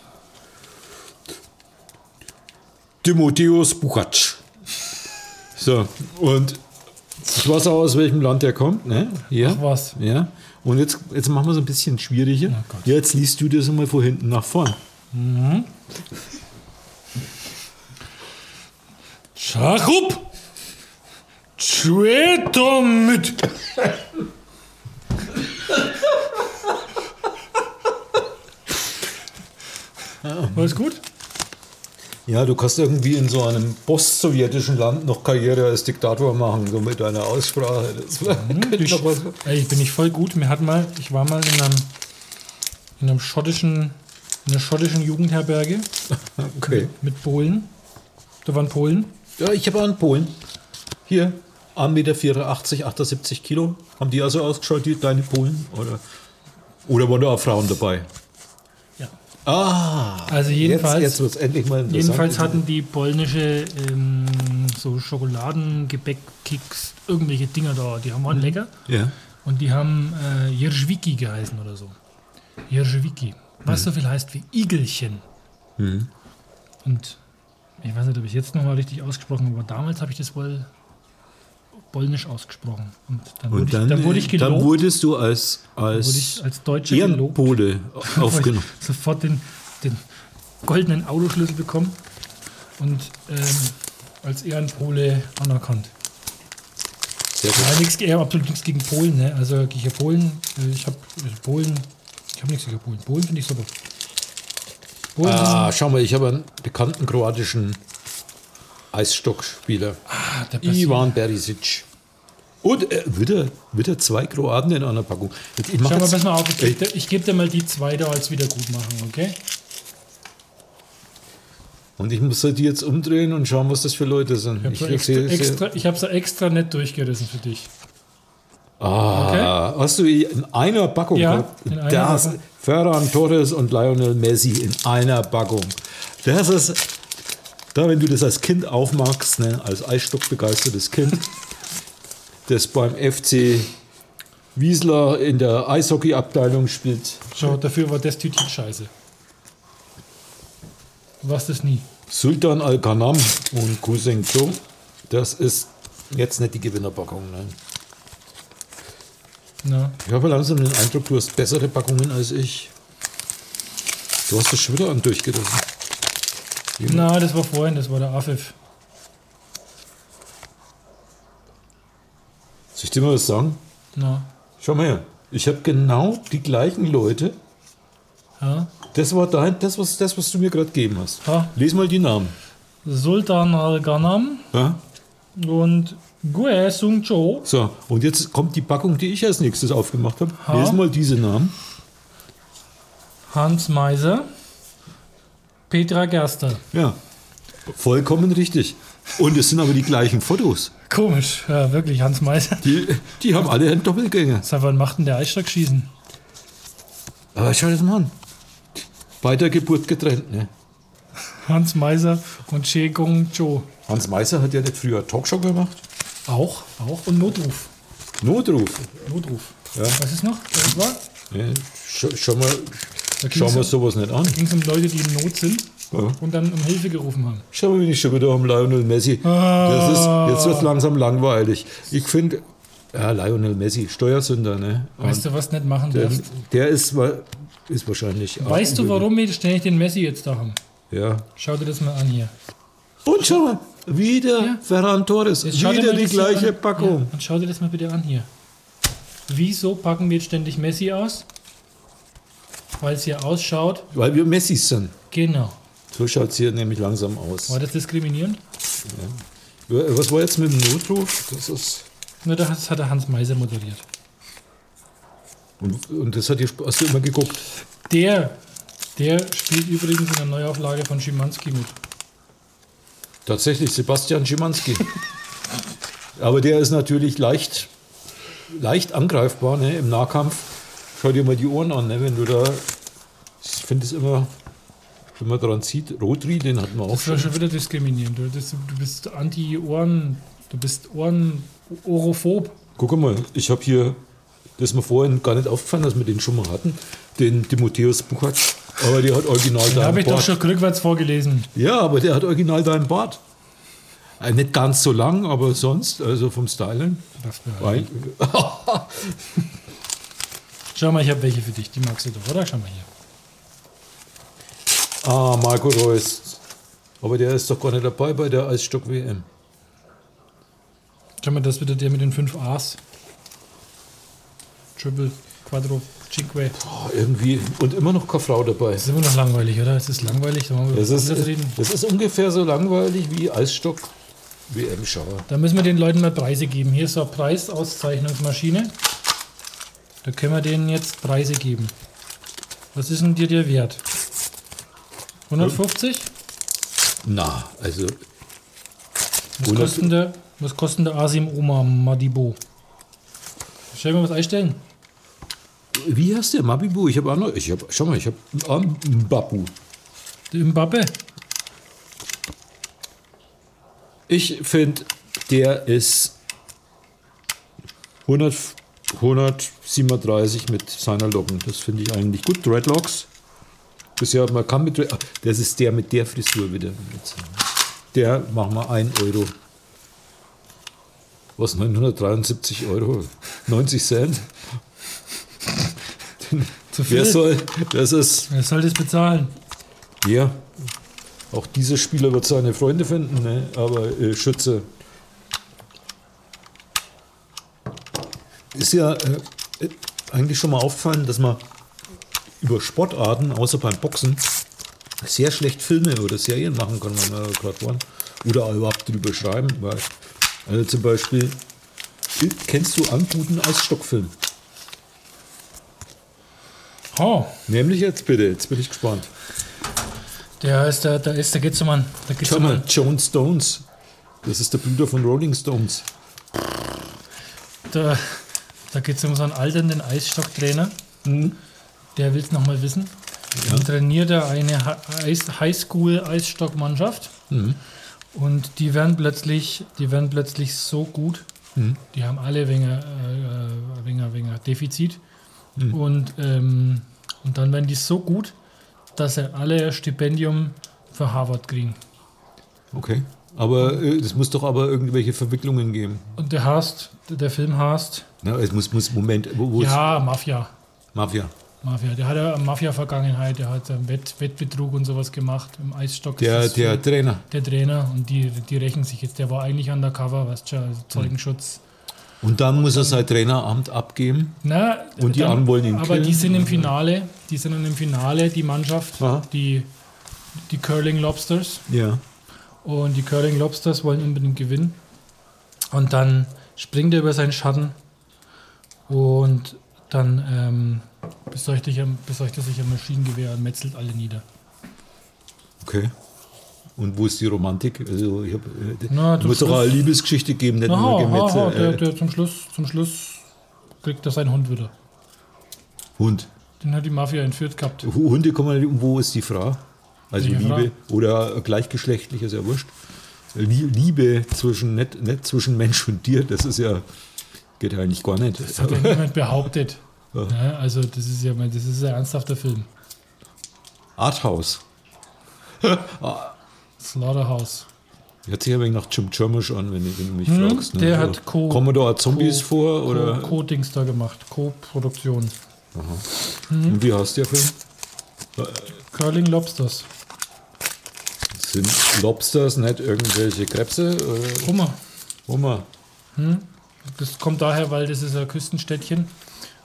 Timotheus Bukatsch. So, und ich weiß auch, aus welchem Land der kommt, ne? Ja.
Ach was.
Ja. Und jetzt, jetzt machen wir es ein bisschen schwieriger. jetzt liest du das mal von hinten nach vorn.
Charup! Schwertomit!
Alles gut?
Ja, du kannst irgendwie in so einem postsowjetischen Land noch Karriere als Diktator machen, so mit deiner Aussprache. Das könnte
Hm, Ich,
noch was.
ey, ich bin nicht voll gut. Mir hat mal, ich war mal in einem, in einem schottischen, in einer schottischen Jugendherberge
Okay.
mit Polen. Da waren Polen.
Ja, ich habe einen Polen. Hier, 1,84 Meter, 78 Kilo. Haben die also ausgeschaltet, deine Polen? Oder, oder waren da auch Frauen dabei?
Ja.
Ah,
Also jedenfalls,
jetzt, jetzt wird es endlich mal interessant.
jedenfalls hatten die polnische ähm, so Schokoladen, Gebäck, Keks, irgendwelche Dinger da. Die haben waren
Mhm.
lecker.
Ja.
Und die haben äh, Jerzwiki geheißen oder so. Jerzwiki. Was
Mhm.
so viel heißt wie Igelchen. Und ich weiß nicht, ob ich jetzt nochmal richtig ausgesprochen habe, aber damals habe ich das wohl polnisch ausgesprochen. Und dann, wurde,
Und dann,
ich, dann wurde ich
äh,
gelobt.
dann wurdest du als,
wurde
als,
ich als Deutscher gelobt.
Ehrenpole
Wo ich
aufgenommen.
Sofort den, den goldenen Autoschlüssel bekommen und ähm, als Ehrenpole anerkannt.
Sehr gut.
Ja, nix, ich hab absolut nichts gegen Polen, ne? Also gegen Polen, äh, ich habe Polen, ich habe nichts gegen Polen. Polen finde ich super. Polen,
Ah, schau mal, ich habe einen bekannten kroatischen Eisstockspieler.
ah, der Persil.
Ivan Berisic. Und äh, wieder, wieder zwei Kroaten in einer Packung. Ich mach
Schau mal,
jetzt-
pass mal auf, ich
Ey,
gebe dir, ich geb dir mal die zwei da als Wiedergutmachung, okay?
und ich muss halt die jetzt umdrehen und schauen, was das für Leute sind.
Ich habe
ich
extra,
sehe- sehe-
extra, ich hab's da extra nett durchgerissen für dich.
Ah, hast du in einer Packung
Ja,
gehabt?
in einer
das,
Packung.
Ferran Torres und Lionel Messi in einer Packung. Das ist, da wenn du das als Kind aufmachst, ne, als Eisstockbegeistertes Kind, das beim FC Wiesler in der Eishockeyabteilung spielt.
Schau, dafür war das Tütchen scheiße. Was das nie.
Sultan Al-Kanam und Kuseng Cho. Das ist jetzt nicht die Gewinnerpackung. Ne?
Na,
Ich habe langsam den Eindruck, du hast bessere Packungen als ich. Du hast das schon wieder an durchgerissen. Genau.
na, das war vorhin, das war der Afif.
Soll ich dir mal was sagen?
Na,
Schau mal her. Ich habe genau die gleichen Leute.
ja.
Das war dein, das, was, das, was du mir gerade gegeben hast.
Ha.
Lies mal die Namen.
Sultan Al-Ghanam
Ja?
und Gue Sung Cho.
So, und jetzt kommt die Packung, die ich als nächstes aufgemacht habe.
Ha.
Lies mal diese Namen.
Hans Meiser, Petra Gerster.
Ja. Vollkommen richtig. Und es sind aber die gleichen Fotos.
Komisch, ja, wirklich, Hans Meiser.
Die, die haben alle einen Doppelgänger.
Seit wann macht denn der Eisstock schießen?
Aber schau das mal an. Bei der Geburt getrennt, ne?
Hans Meiser und Che Gong Cho.
Hans Meiser hat ja nicht früher Talkshow gemacht.
Auch, auch. Und Notruf.
Notruf.
Notruf.
Ja.
Was ist noch? Das war?
Ne? Schau, schau mal,
ging's
schauen wir
ja-
sowas nicht an.
Ging es um Leute, die in Not sind
Ja.
und dann um Hilfe gerufen haben.
Schau mal, wenn ich schon wieder am Lionel Messi. Das
Ah.
ist, jetzt wird langsam langweilig. Ich finde, ja, Lionel Messi, Steuersünder, ne?
Weißt du, was du nicht machen
der,
darfst?
der ist, wa- ist wahrscheinlich.
Weißt du, warum wir ständig den Messi jetzt da haben?
Ja.
Schau dir das mal an hier.
Und schau mal, wieder
Ja.
Ferran Torres,
schau dir
wieder
mal
die
das hier
gleiche
an.
Packung.
Ja, und schau dir das mal bitte an hier. Wieso packen wir jetzt ständig Messi aus? Weil es hier ausschaut.
Weil wir Messis sind.
Genau.
So schaut es hier nämlich langsam aus.
War das diskriminierend?
Was war jetzt mit dem Notruf? Das ist.
Na, das hat der Hans Meiser moderiert.
Und, und das hat dir hast du immer geguckt.
Der, der spielt übrigens in der Neuauflage von Schimanski mit.
Tatsächlich, Sebastian Schimanski. Aber der ist natürlich leicht, leicht angreifbar ne, im Nahkampf. Schau dir mal die Ohren an, ne, wenn du da. Ich finde es immer, wenn man dran zieht, Rotri, den hatten wir auch
Das war
schon.
schon wieder diskriminierend. Du, das, du bist anti-Ohren, du bist Ohren, Orophob.
Guck mal, ich habe hier, das ist mir vorhin gar nicht aufgefallen, dass wir den schon mal hatten, den Timotheus Buchert. Aber der hat original
Da habe ich doch
Bart.
schon rückwärts vorgelesen.
Ja, aber der hat original deinen Bart. Äh, Nicht ganz so lang, aber sonst, also vom Stylen.
Das
Ein-
Schau mal, ich habe welche für dich. Die magst du doch, oder? Schau mal hier.
Ah, Marco Reus. Aber der ist doch gar nicht dabei bei der Eisstock-WM.
Schau mal, das wird der mit den fünf A's. Triple, Quadro, Cinque.
Ah, irgendwie. Und immer noch keine Frau dabei.
Das ist immer noch langweilig, oder? Es ist langweilig. Da, wollen wir
Das ist, äh,
anders reden.
das ist ungefähr so langweilig wie Eisstock-WM-Schauer.
da müssen wir den Leuten mal Preise geben. Hier ist so eine Preisauszeichnungsmaschine. Da können wir denen jetzt Preise geben. Was ist denn dir der Wert? 150?
Na, also.
Was kosten der, was kosten der Asim Oma Madibo? Stellen wir was einstellen?
Wie heißt der? Mabibu? Ich habe auch noch. Ich hab, schau mal, ich habe. Um, Babu.
Die Mbappe?
Ich finde, der ist 100, 137 mit seiner Locken. Das finde ich eigentlich gut. Dreadlocks. Bisher, man kann mit. Dread- Ah, Das ist der mit der Frisur wieder. Der machen wir 1 Euro. Was? 973 Euro? 90 Cent?
Zu viel?
Wer soll. Das ist.
Wer soll das bezahlen?
Ja, auch dieser Spieler wird seine Freunde finden, ne? aber äh, Schütze. Ist ja äh, äh, eigentlich schon mal aufgefallen, dass man über Sportarten, außer beim Boxen, sehr schlecht Filme oder Serien machen kann, wenn man gerade wollen. Oder auch überhaupt drüber schreiben. Weil, also zum Beispiel, äh, kennst du einen guten Eisstockfilm?
Oh,
Nämlich jetzt bitte, jetzt bin ich gespannt.
der ist der, der ist, der geht's um einen. Da geht's
Schau
um
mal,
einen.
Joan Stones. Das ist der Bruder von Rolling Stones.
Da, da geht's um so einen alternden Eisstocktrainer.
Mhm.
Der will's nochmal wissen. Dann trainiert er eine Ha- Eis- Highschool-Eisstockmannschaft.
Mhm.
Und die werden plötzlich, die werden plötzlich so gut.
Mhm.
Die haben alle Wenger, äh, Wenger, Wenger Defizit.
Mhm.
Und, ähm, und dann werden die so gut, dass sie alle ein Stipendium für Harvard kriegen.
Okay. Aber äh, es muss doch aber irgendwelche Verwicklungen geben.
Und der heißt, der Film heißt,
Na, es muss, muss Moment, wo, wo
ja, Mafia.
ist Mafia?
Mafia. Der hat ja eine Mafia-Vergangenheit, der hat ähm, Wett, Wettbetrug und sowas gemacht im Eisstock.
Der,
Das ist
der
so
Trainer.
der Trainer und die, die rächen sich jetzt. Der war eigentlich undercover, weißt du, also Zeugenschutz.
Und dann muss er sein Traineramt abgeben.
Na,
Und die anderen wollen ihn
Aber
killen.
die sind im Finale, die sind dann im Finale, die Mannschaft,
Aha.
die, die Curling Lobsters.
Ja.
Und die Curling Lobsters wollen unbedingt gewinnen. Und dann springt er über seinen Schatten und dann ähm, beseucht, er, beseucht er sich ein Maschinengewehr und metzelt alle nieder.
Okay. Und wo ist die Romantik? Also ich hab, äh,
Na, zum
muss doch
Schluss-
eine Liebesgeschichte geben, nicht
Aha,
nur
aha, aha, der,
Gemetzel. Äh,
der zum, Schluss, zum Schluss kriegt er seinen Hund wieder.
Hund.
Den hat die Mafia entführt gehabt.
Hu- Hunde kommen nicht um, wo ist die Frau? Also
Welche
Liebe oder gleichgeschlechtlich, ist ja wurscht. Lie- Liebe zwischen, nicht, nicht zwischen Mensch und Tier, das ist ja, geht ja eigentlich gar nicht.
Das hat ja niemand behauptet. Ne, also das ist ja mal- das ist ein ernsthafter Film.
Arthouse.
Slaughterhouse.
Hört sich ein wenig nach Jim Jarmusch an, wenn, du- wenn du mich
Hm,
fragst.
der hat Co-
Kommen da Zombies
Co-
vor? Oder?
Co- Co-Dings da gemacht. Co-Produktion.
Und wie heißt der Film?
Curling Lobsters.
Sind Lobsters nicht irgendwelche Krebse? Äh, Oder?
Guck mal.
Hummer.
Das kommt daher, weil das ist ein Küstenstädtchen,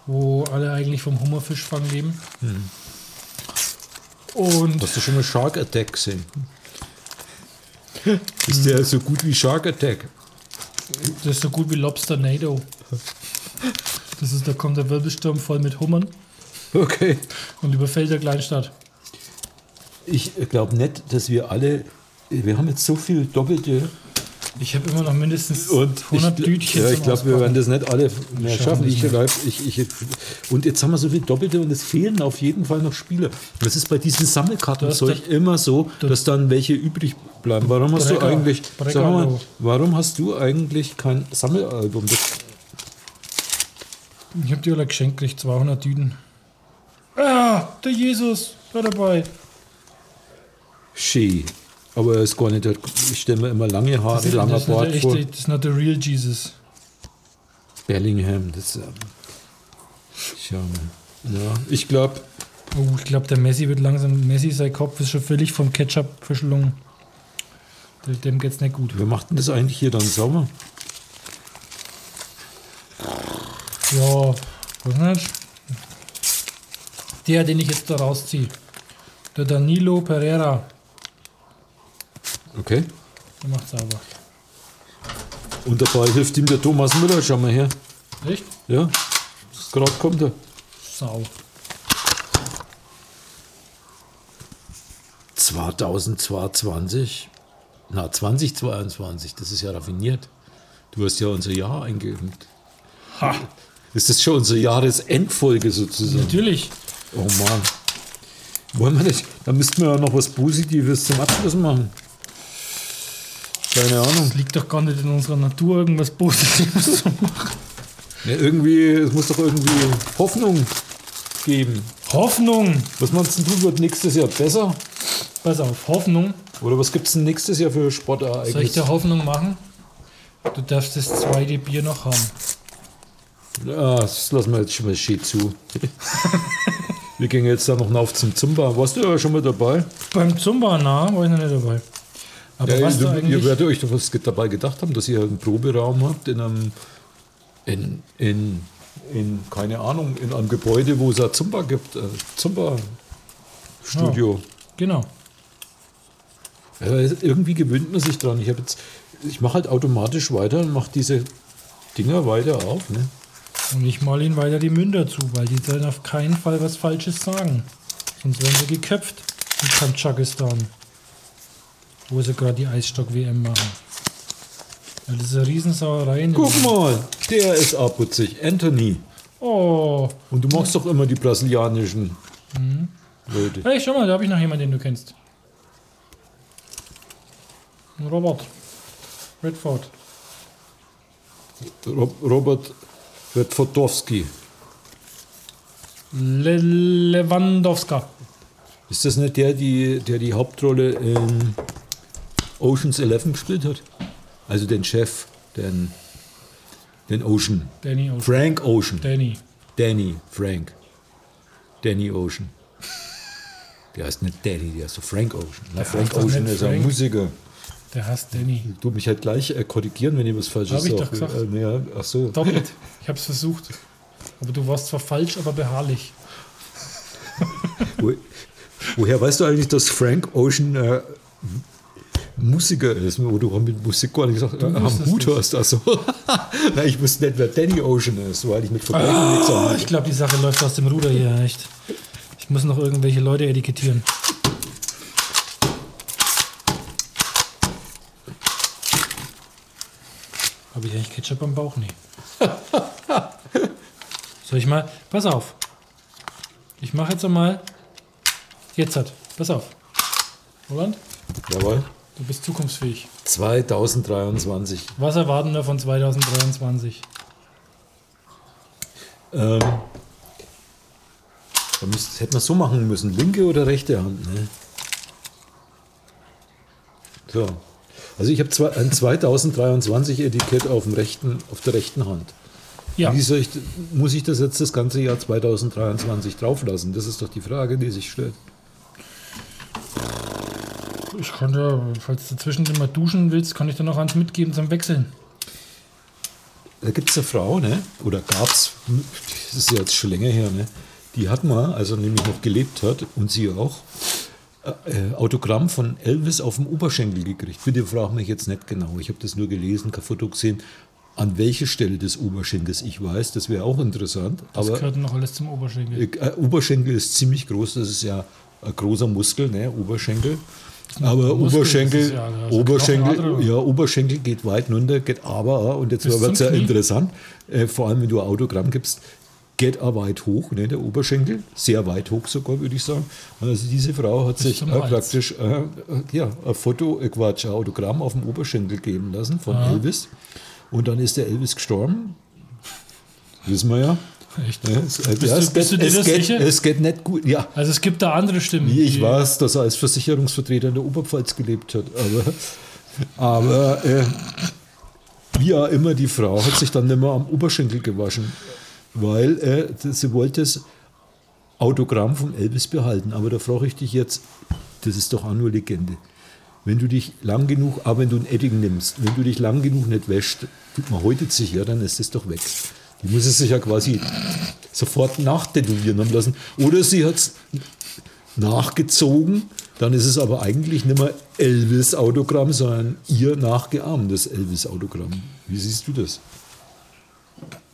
wo alle eigentlich vom Hummerfischfang leben.
Hm.
Und
Hast du schon mal Shark Attack gesehen? Ist der so gut wie Shark Attack?
das ist so gut wie Lobster Nado. Das ist, da kommt der Wirbelsturm voll mit Hummern
Okay.
und überfällt der Kleinstadt.
Ich glaube nicht, dass wir alle. Wir haben jetzt so viel doppelte
Ich habe immer noch mindestens
und
100
ich, gl-
Dütchen.
Ja,
zum
ich glaube, wir
Auspacken.
werden das nicht alle mehr
schaffen
schaffen.
das
Ich, glaub, ich, ich, und jetzt haben wir so viel Doppelte und es fehlen auf jeden Fall noch Spieler. Das ist bei diesen Sammelkartenzeug
Das-
immer so,
das-
dass dann welche übrig bleiben. Warum hast du
Brecker,
eigentlich?
Brecker,
sag mal,
du.
warum hast du eigentlich kein Sammelalbum? Das,
Ich habe die alle geschenkt gekriegt, 200 Düden. Ah, der Jesus war dabei.
schön. Aber er ist gar nicht. der- Ich stelle mir immer lange Haare,
Das ist,
langer
das ist nicht der
Bart vor.
echte, das ist nicht der real Jesus.
Bellingham. Das. ähm, Schau mal. Ja, ich glaube,
Oh, ich glaube, der Messi wird langsam. Messi, sein Kopf ist schon völlig vom Ketchup verschlungen. Dem- Dem geht's nicht gut.
wir machten das eigentlich hier dann sauber.
Ja, was nicht? Der, den ich jetzt da rausziehe. Der Danilo Pereira.
Okay.
Der macht sauber.
Und dabei hilft ihm der Thomas Müller, schau mal her.
Echt?
Ja, gerade kommt er.
Sau.
2022. Na, 2022, das ist ja raffiniert. Du hast ja unser Jahr eingeimpft.
Ha!
Ist das schon unsere Jahresendfolge sozusagen?
Natürlich.
Oh Mann. Wollen wir nicht? Da müssten wir ja noch was Positives zum Abschluss machen. Keine Ahnung.
Es liegt doch gar nicht in unserer Natur, irgendwas Positives zu machen.
Ja, irgendwie, es muss doch irgendwie Hoffnung geben.
Hoffnung!
Was meinst denn du, wird nächstes Jahr besser?
Pass auf, Hoffnung.
Oder was gibt es denn nächstes Jahr für Sportereignisse?
Soll ich dir Hoffnung machen? Du darfst das zweite Bier noch haben.
Ja, Ah, das lassen wir jetzt schon mal schön zu. wir gehen jetzt da noch auf zum Zumba. Warst du ja schon mal dabei?
Beim Zumba, na, war ich noch nicht dabei. Aber
Ja,
was du
ihr, ihr
eigentlich.
werdet euch doch was ge- dabei gedacht haben, dass ihr einen Proberaum habt in einem, in, in, in keine Ahnung, in einem Gebäude, wo es ein Zumba gibt. Äh, Zumba-Studio.
Genau.
Ja, irgendwie gewöhnt man sich dran. Ich, hab jetzt- ich mache halt automatisch weiter und mache diese Dinger weiter auf. Ne?
Und ich mal ihnen weiter die Münder zu, weil die sollen auf keinen Fall was Falsches sagen. Sonst werden sie geköpft in Kamtschakistan. Wo sie gerade die Eisstock-WM machen. Ja, das ist eine Riesensauerei. in dem
Guck
Land.
mal, der ist abputzig. Anthony.
Oh.
Und du machst doch immer die brasilianischen Leute.
Hey, schau mal, da habe ich noch jemanden, den du kennst. Ein Robert. Redford.
Rob, Robert Fodorowski.
Le Lewandowska.
Ist das nicht der, die, der die Hauptrolle in Oceans 11 gespielt hat? Also den Chef, den, den Ocean.
Danny Ocean.
Frank Ocean.
Danny.
Danny Frank. Danny Ocean. Der heißt nicht Danny, der heißt so Frank Ocean. Na, Frank
heißt doch
Ocean
nicht
ist ein
Frank.
Musiker.
Der heißt Danny.
Du mich halt gleich äh, korrigieren, wenn ich was Falsches
Hab ich
sag.
doch gesagt.
Äh, nee, ja, ach so.
Doppelt. Ich hab's versucht. Aber du warst zwar falsch, aber beharrlich.
Wo, woher weißt du eigentlich, dass Frank Ocean äh, Musiker ist, wo du mit Musik gar nicht gesagt, äh, am
wusstest
Hut
es.
hast? Also. Na, ich wusste nicht, wer Danny Ocean ist, weil ich mit Verbrechen nichts am
Ah,
Hut
ich glaube, die Sache läuft aus dem Ruder hier, echt. Ich muss noch irgendwelche Leute etikettieren. Habe ich eigentlich Ketchup am Bauch? Nee. Soll ich mal. Pass auf. Ich mache jetzt mal. Jetzt hat. Pass auf. Roland, Ah.
habe. Jawohl.
du bist zukunftsfähig.
2023.
Was erwarten wir von 2023?
Ähm, da müsst, hätte man so machen müssen, linke oder rechte Hand. Ne? So. Also ich habe zwei- ein 2023 Etikett auf, dem rechten, auf der rechten Hand.
Ja.
Wie soll ich, muss ich das jetzt das ganze Jahr 2023 drauflassen? Das ist doch die Frage, die sich stellt.
Ich kann ja, falls du zwischendrin mal duschen willst, kann ich dir noch eins mitgeben zum Wechseln.
Da gibt es eine Frau, ne? oder gab es, das ist ja jetzt schon länger her, ne? die hat mal, also nämlich noch gelebt hat und sie auch, äh, äh, Autogramm von Elvis auf dem Oberschenkel gekriegt. Bitte frag mich jetzt nicht genau, ich habe das nur gelesen, kein Foto gesehen, an welche Stelle des Oberschenkels ich weiß, das wäre auch interessant.
Das
aber
gehört noch alles zum Oberschenkel.
Äh, Oberschenkel ist ziemlich groß, das ist ja ein großer Muskel, ne, Oberschenkel.
Muskel,
Aber
das ist
Oberschenkel,
ja- das ist ein Knochenadler.
Oberschenkel, ja, Oberschenkel geht weit runter, geht aber, auch, und jetzt
Bis
wird es
zum
ja
Knie.
interessant, äh, vor allem wenn du ein Autogramm gibst, geht auch weit hoch, ne, der Oberschenkel, sehr weit hoch sogar, würde ich sagen. Also diese Frau hat sich äh,
zum Hals.
praktisch äh, äh, ja, ein Foto, äh, Quatsch, ein Autogramm auf dem Oberschenkel geben lassen von Elvis. Und dann ist der Elvis gestorben. Wissen wir ja.
Echt?
Ja, es, äh,
du-
ja, es,
bist
geht,
du dir
es,
das
geht,
sicher?
es geht nicht gut. Ja,
Also es gibt da andere Stimmen.
ich
die-
weiß, dass er als Versicherungsvertreter in der Oberpfalz gelebt hat. Aber, aber äh, wie auch immer, die Frau hat sich dann nicht mehr am Oberschenkel gewaschen, weil äh, sie wollte es Autogramm von Elvis behalten. Aber da frage ich dich jetzt, das ist doch auch nur Legende. Wenn du dich lang genug, aber wenn du einen Edding nimmst, wenn du dich lang genug nicht wäscht, tut man häutet sich ja, dann ist das doch weg. Die muss es sich ja quasi sofort nachtätowieren haben lassen. Oder sie hat es nachgezogen, dann ist es aber eigentlich nicht mehr Elvis-Autogramm, sondern ihr nachgeahmtes Elvis-Autogramm. Wie siehst du das?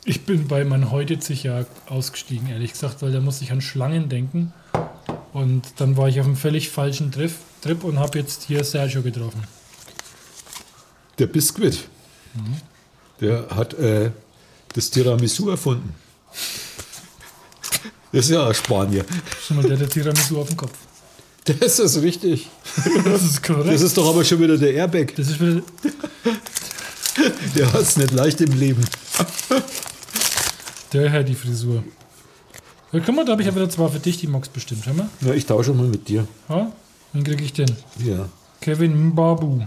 Ich bin bei man häutet sich ja ausgestiegen, ehrlich gesagt, weil da musste ich an Schlangen denken. Und dann war ich auf einem völlig falschen Trip, Trip und habe jetzt hier Sergio getroffen.
Der Biskuit, der hat äh, das Tiramisu erfunden. Das ist ja ein Spanier.
Schon mal der hat Tiramisu auf dem Kopf.
Das ist richtig.
Das ist korrekt.
Das ist doch aber schon wieder der Airbag.
Das ist wieder.
Der hat es nicht leicht im Leben.
Der Herr, die Frisur. Ja, guck mal, da habe ich ja wieder zwei für dich, die Mox bestimmt. Schau mal.
Ja, ich tausche mal mit dir.
Ja? Dann kriege ich den.
Ja.
Kevin Mbabu.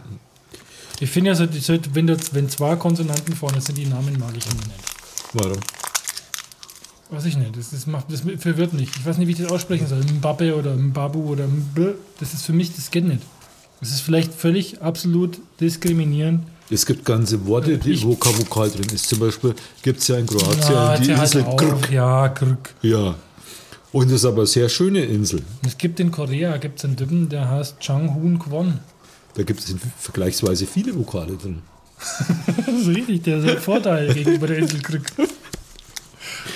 Ich finde ja, so, die sollte- wenn, das, wenn zwei Konsonanten vorne sind, die Namen mag ich immer nicht.
Warum?
Weiß ich nicht. Das, das, macht, das verwirrt mich. Ich weiß nicht, wie ich das aussprechen soll. Mbappe oder Mbabu oder Mb. Das ist für mich, das geht nicht. Das ist vielleicht völlig absolut diskriminierend.
Es gibt ganze Worte, die,
Ich-
wo kein Vokal drin ist. Zum Beispiel gibt es ja in Kroatien
Ja,
die
der halt
Insel
auch.
Krk.
Ja, Krk.
Ja. Und das ist aber eine sehr schöne Insel.
Es gibt in Korea gibt's einen Typen, der heißt Chang Hoon Kwon.
Da gibt es vergleichsweise viele Vokale drin.
Das ist richtig, der ist ein Vorteil gegenüber der Insel Krück.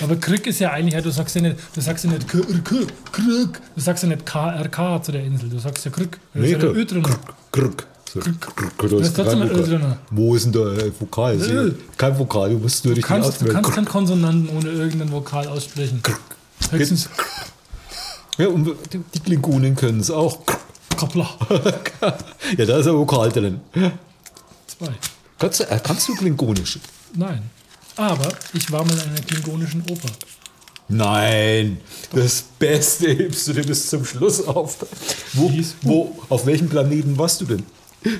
Aber Krück ist ja eigentlich, ja, du sagst ja nicht, du sagst ja nicht Krück, Krück, du sagst ja nicht KRK zu der Insel, du sagst ja Krück. Da ist ja der Ö drin.
Krk. Krk. So,
Krk.
Krk. Da
ist trotzdem ein
kein
Ö
Vokal.
drin.
Wo ist denn da ein Vokal? Ist
Ö.
Kein Vokal, du musst nur
Äh. Du
richtig
kannst, du
auswählen.
kannst keinen Konsonanten ohne irgendeinen Vokal aussprechen. Höchstens
Ja, und die, die Klingonen können es auch.
Koppler.
ja, da ist ein Vokal drin.
Zwei.
Kannst du, äh, kannst du Klingonisch?
Nein. Aber ich war mal in einer klingonischen Oper.
Nein, das Beste hebst du dir bis zum Schluss auf. Wo,
Dies-
wo, auf welchem Planeten warst du denn?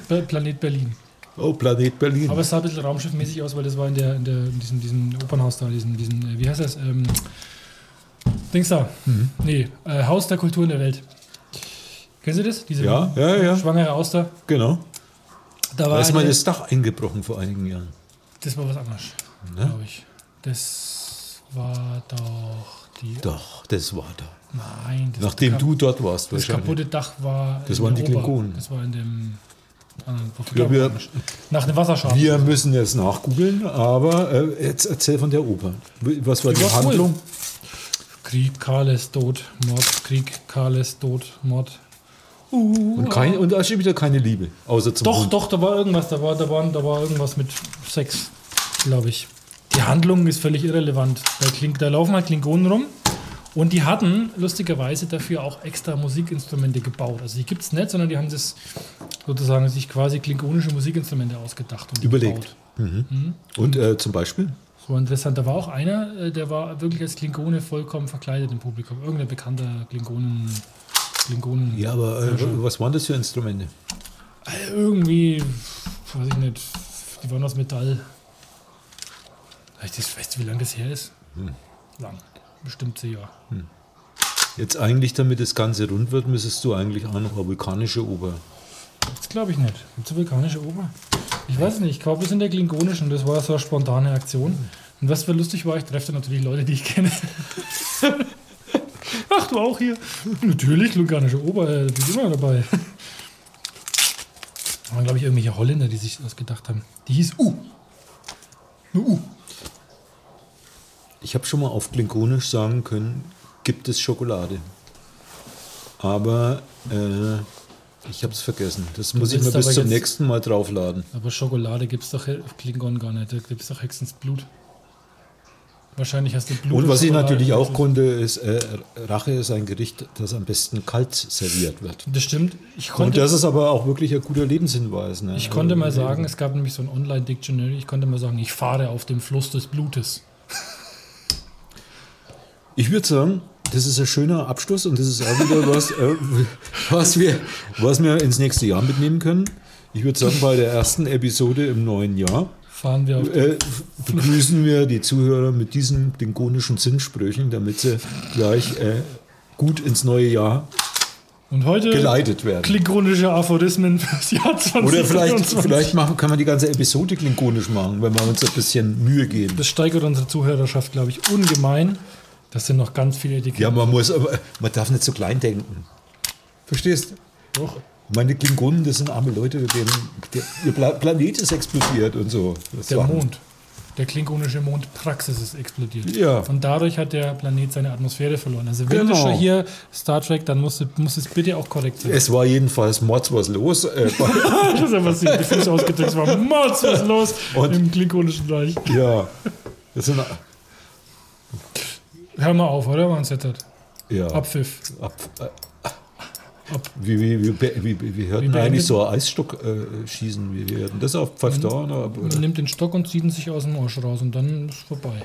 Be- Planet Berlin.
Oh, Planet Berlin.
Aber es sah ein bisschen raumschiffmäßig aus, weil das war in, der, in, der, in diesem, diesem Opernhaus da, diesen, diesen äh, wie heißt das? Ähm, Dings da.
Mhm.
Nee, äh, Haus der Kulturen der Welt. Kennen Sie das? Diese
Ja, ja, ja.
schwangere Auster.
genau.
Da war
Da ist mal
eine,
das Dach eingebrochen vor einigen Jahren.
das war was anderes,
Ne?
glaube ich. Das war doch die.
Doch, das war da.
Nein, das
Nachdem
ka-
du dort warst,
Das
wahrscheinlich.
kaputte Dach war.
Das
in
waren
der
die
Oper.
Klingonen.
Das war in dem. anderen- wofür
Ja,
glaub
wir-
ich nicht. Nach dem Wasserschaden.
Wir müssen jetzt nachgoogeln, aber äh, jetzt erzähl von der Oper. Was war die,
Die war cool.
Handlung?
Krieg, Karles Tod, Mord, Krieg, Karles Tod, Mord.
Und, kein, und da steht wieder keine Liebe, außer zum
Doch,
Hund.
doch, da war irgendwas, da war, da waren, da war irgendwas mit Sex, glaube ich. Die Handlung ist völlig irrelevant. Da, kling, da laufen halt Klingonen rum und die hatten lustigerweise dafür auch extra Musikinstrumente gebaut. Also die gibt es nicht, sondern die haben das sozusagen sich quasi klingonische Musikinstrumente ausgedacht und
Überlegt.
gebaut. Mhm.
Und äh, zum Beispiel?
So interessant. Da war auch einer, äh, der war wirklich als Klingone vollkommen verkleidet im Publikum. Irgendein bekannter Klingonen. Klingonen.
Ja, aber äh, was waren das für Instrumente?
Irgendwie, weiß ich nicht, die waren aus Metall. Weil Ich das weiß, wie lange das her ist. Lang. Bestimmt zehn Jahre.
Jetzt eigentlich, damit das Ganze rund wird, müsstest du eigentlich auch noch eine vulkanische Oper.
Das glaube ich nicht. Gibt es vulkanische Oper? Ich weiß nicht. Ich glaube, wir sind der Klingonischen. Das war so eine spontane Aktion. Und was für lustig war, ich treffe da natürlich Leute, die ich kenne. Ach, du auch hier? Natürlich, Klingonische Oper. äh, Die sind immer dabei. Das waren, glaube ich, irgendwelche Holländer, die sich das gedacht haben. Die hieß U. Nur U.
Ich habe schon mal auf Klingonisch sagen können, gibt es Schokolade. Aber äh, ich habe es vergessen. Das muss ich mir
willst
bis
aber
zum
jetzt-
nächsten Mal draufladen.
Aber Schokolade gibt's doch auf Klingon gar nicht. Da gibt's doch höchstens Blut. Wahrscheinlich hast du Blut.
Und was ich
Schokolade
natürlich auch
verwechselt.
konnte, ist, äh, Rache ist ein Gericht, das am besten kalt serviert wird.
Das stimmt. Ich
Und
konnte,
das ist aber auch wirklich ein guter Lebenshinweis. Ne?
ich konnte mal sagen, es gab nämlich so ein Online-Dictionary, ich konnte mal sagen, ich fahre auf dem Fluss des Blutes.
Ich würde sagen, das ist ein schöner Abschluss und das ist auch wieder was, äh, was, wir, was wir ins nächste Jahr mitnehmen können. Ich würde sagen, bei der ersten Episode im neuen Jahr
Fahren wir auf den
äh, begrüßen wir die Zuhörer mit diesen klingonischen Sinnsprüchen, damit sie gleich äh, gut ins neue Jahr
Und heute
geleitet werden.
klingonische Aphorismen fürs Jahr 2022.
Oder vielleicht, vielleicht machen, kann man die ganze Episode klingonisch machen, wenn wir uns ein bisschen Mühe geben.
Das steigert unsere Zuhörerschaft, glaube ich, ungemein. Das sind noch ganz viele Etiketten.
Ja, man muss, aber man darf nicht so klein denken. Verstehst?
Doch.
Meine Klingonen, das sind arme Leute, denen der, ihr Pla Planet ist explodiert und so. Das
Der
Sachen.
Mond, der klingonische Mond Praxis ist explodiert.
Ja.
Und dadurch hat der Planet seine Atmosphäre verloren. Also wenn
Genau.
du schon hier Star Trek, dann muss, muss es bitte auch korrekt sein.
Es war jedenfalls Mords was los. Äh, bei-
das ist einfach so diffus ausgedrückt. Es war Mords, was los
Und-
im klingonischen Reich.
ja. Das sind,
Hör mal auf, oder? Man zittert.
ja.
Abpfiff.
Ab, äh, wie, wie, wie, be- wie, wie, wie hört man
beendet-
eigentlich so ein Eisstock äh, schießen? Wie, wie hört denn das auf?
Mhm.
Pfeift da einer ab,
Man
oder?
nimmt den Stock und zieht ihn sich aus dem Arsch raus und dann ist vorbei.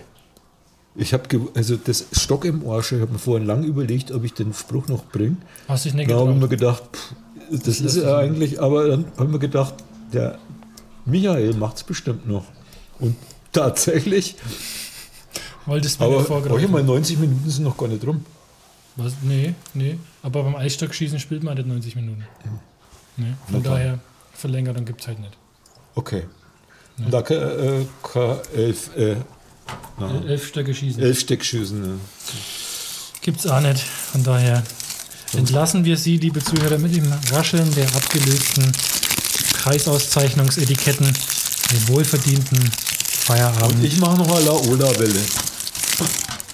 Ich habe also das Stock im Arsch, ich habe mir vorhin lang überlegt, ob ich den Spruch noch bringe.
Hast dich nicht
Da haben wir
getraut.
gedacht, pff, das ist er eigentlich, aber dann haben wir gedacht, der Michael macht es bestimmt noch. Und tatsächlich,
Weil das mir
aber
nicht vorgereicht
oh, ich
war.
meine, 90 Minuten sind noch gar nicht rum.
Was? Nee, nee. Aber beim Eisstockschießen spielt man halt nicht 90 Minuten. Nee. Von
klar.
daher, Verlängerung gibt es halt nicht.
Okay. Und Da kann, äh, kann elf, äh,
El- Elf Stöcke schießen.
elf Steckschüssen. Ne?
Gibt's auch nicht. Von daher entlassen wir Sie, liebe Zuhörer, mit dem Rascheln der abgelösten Preisauszeichnungsetiketten, den wohlverdienten Feierabend.
Ich mache noch eine Laola-Welle.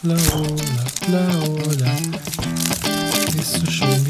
Laola, Laola, ist so schön.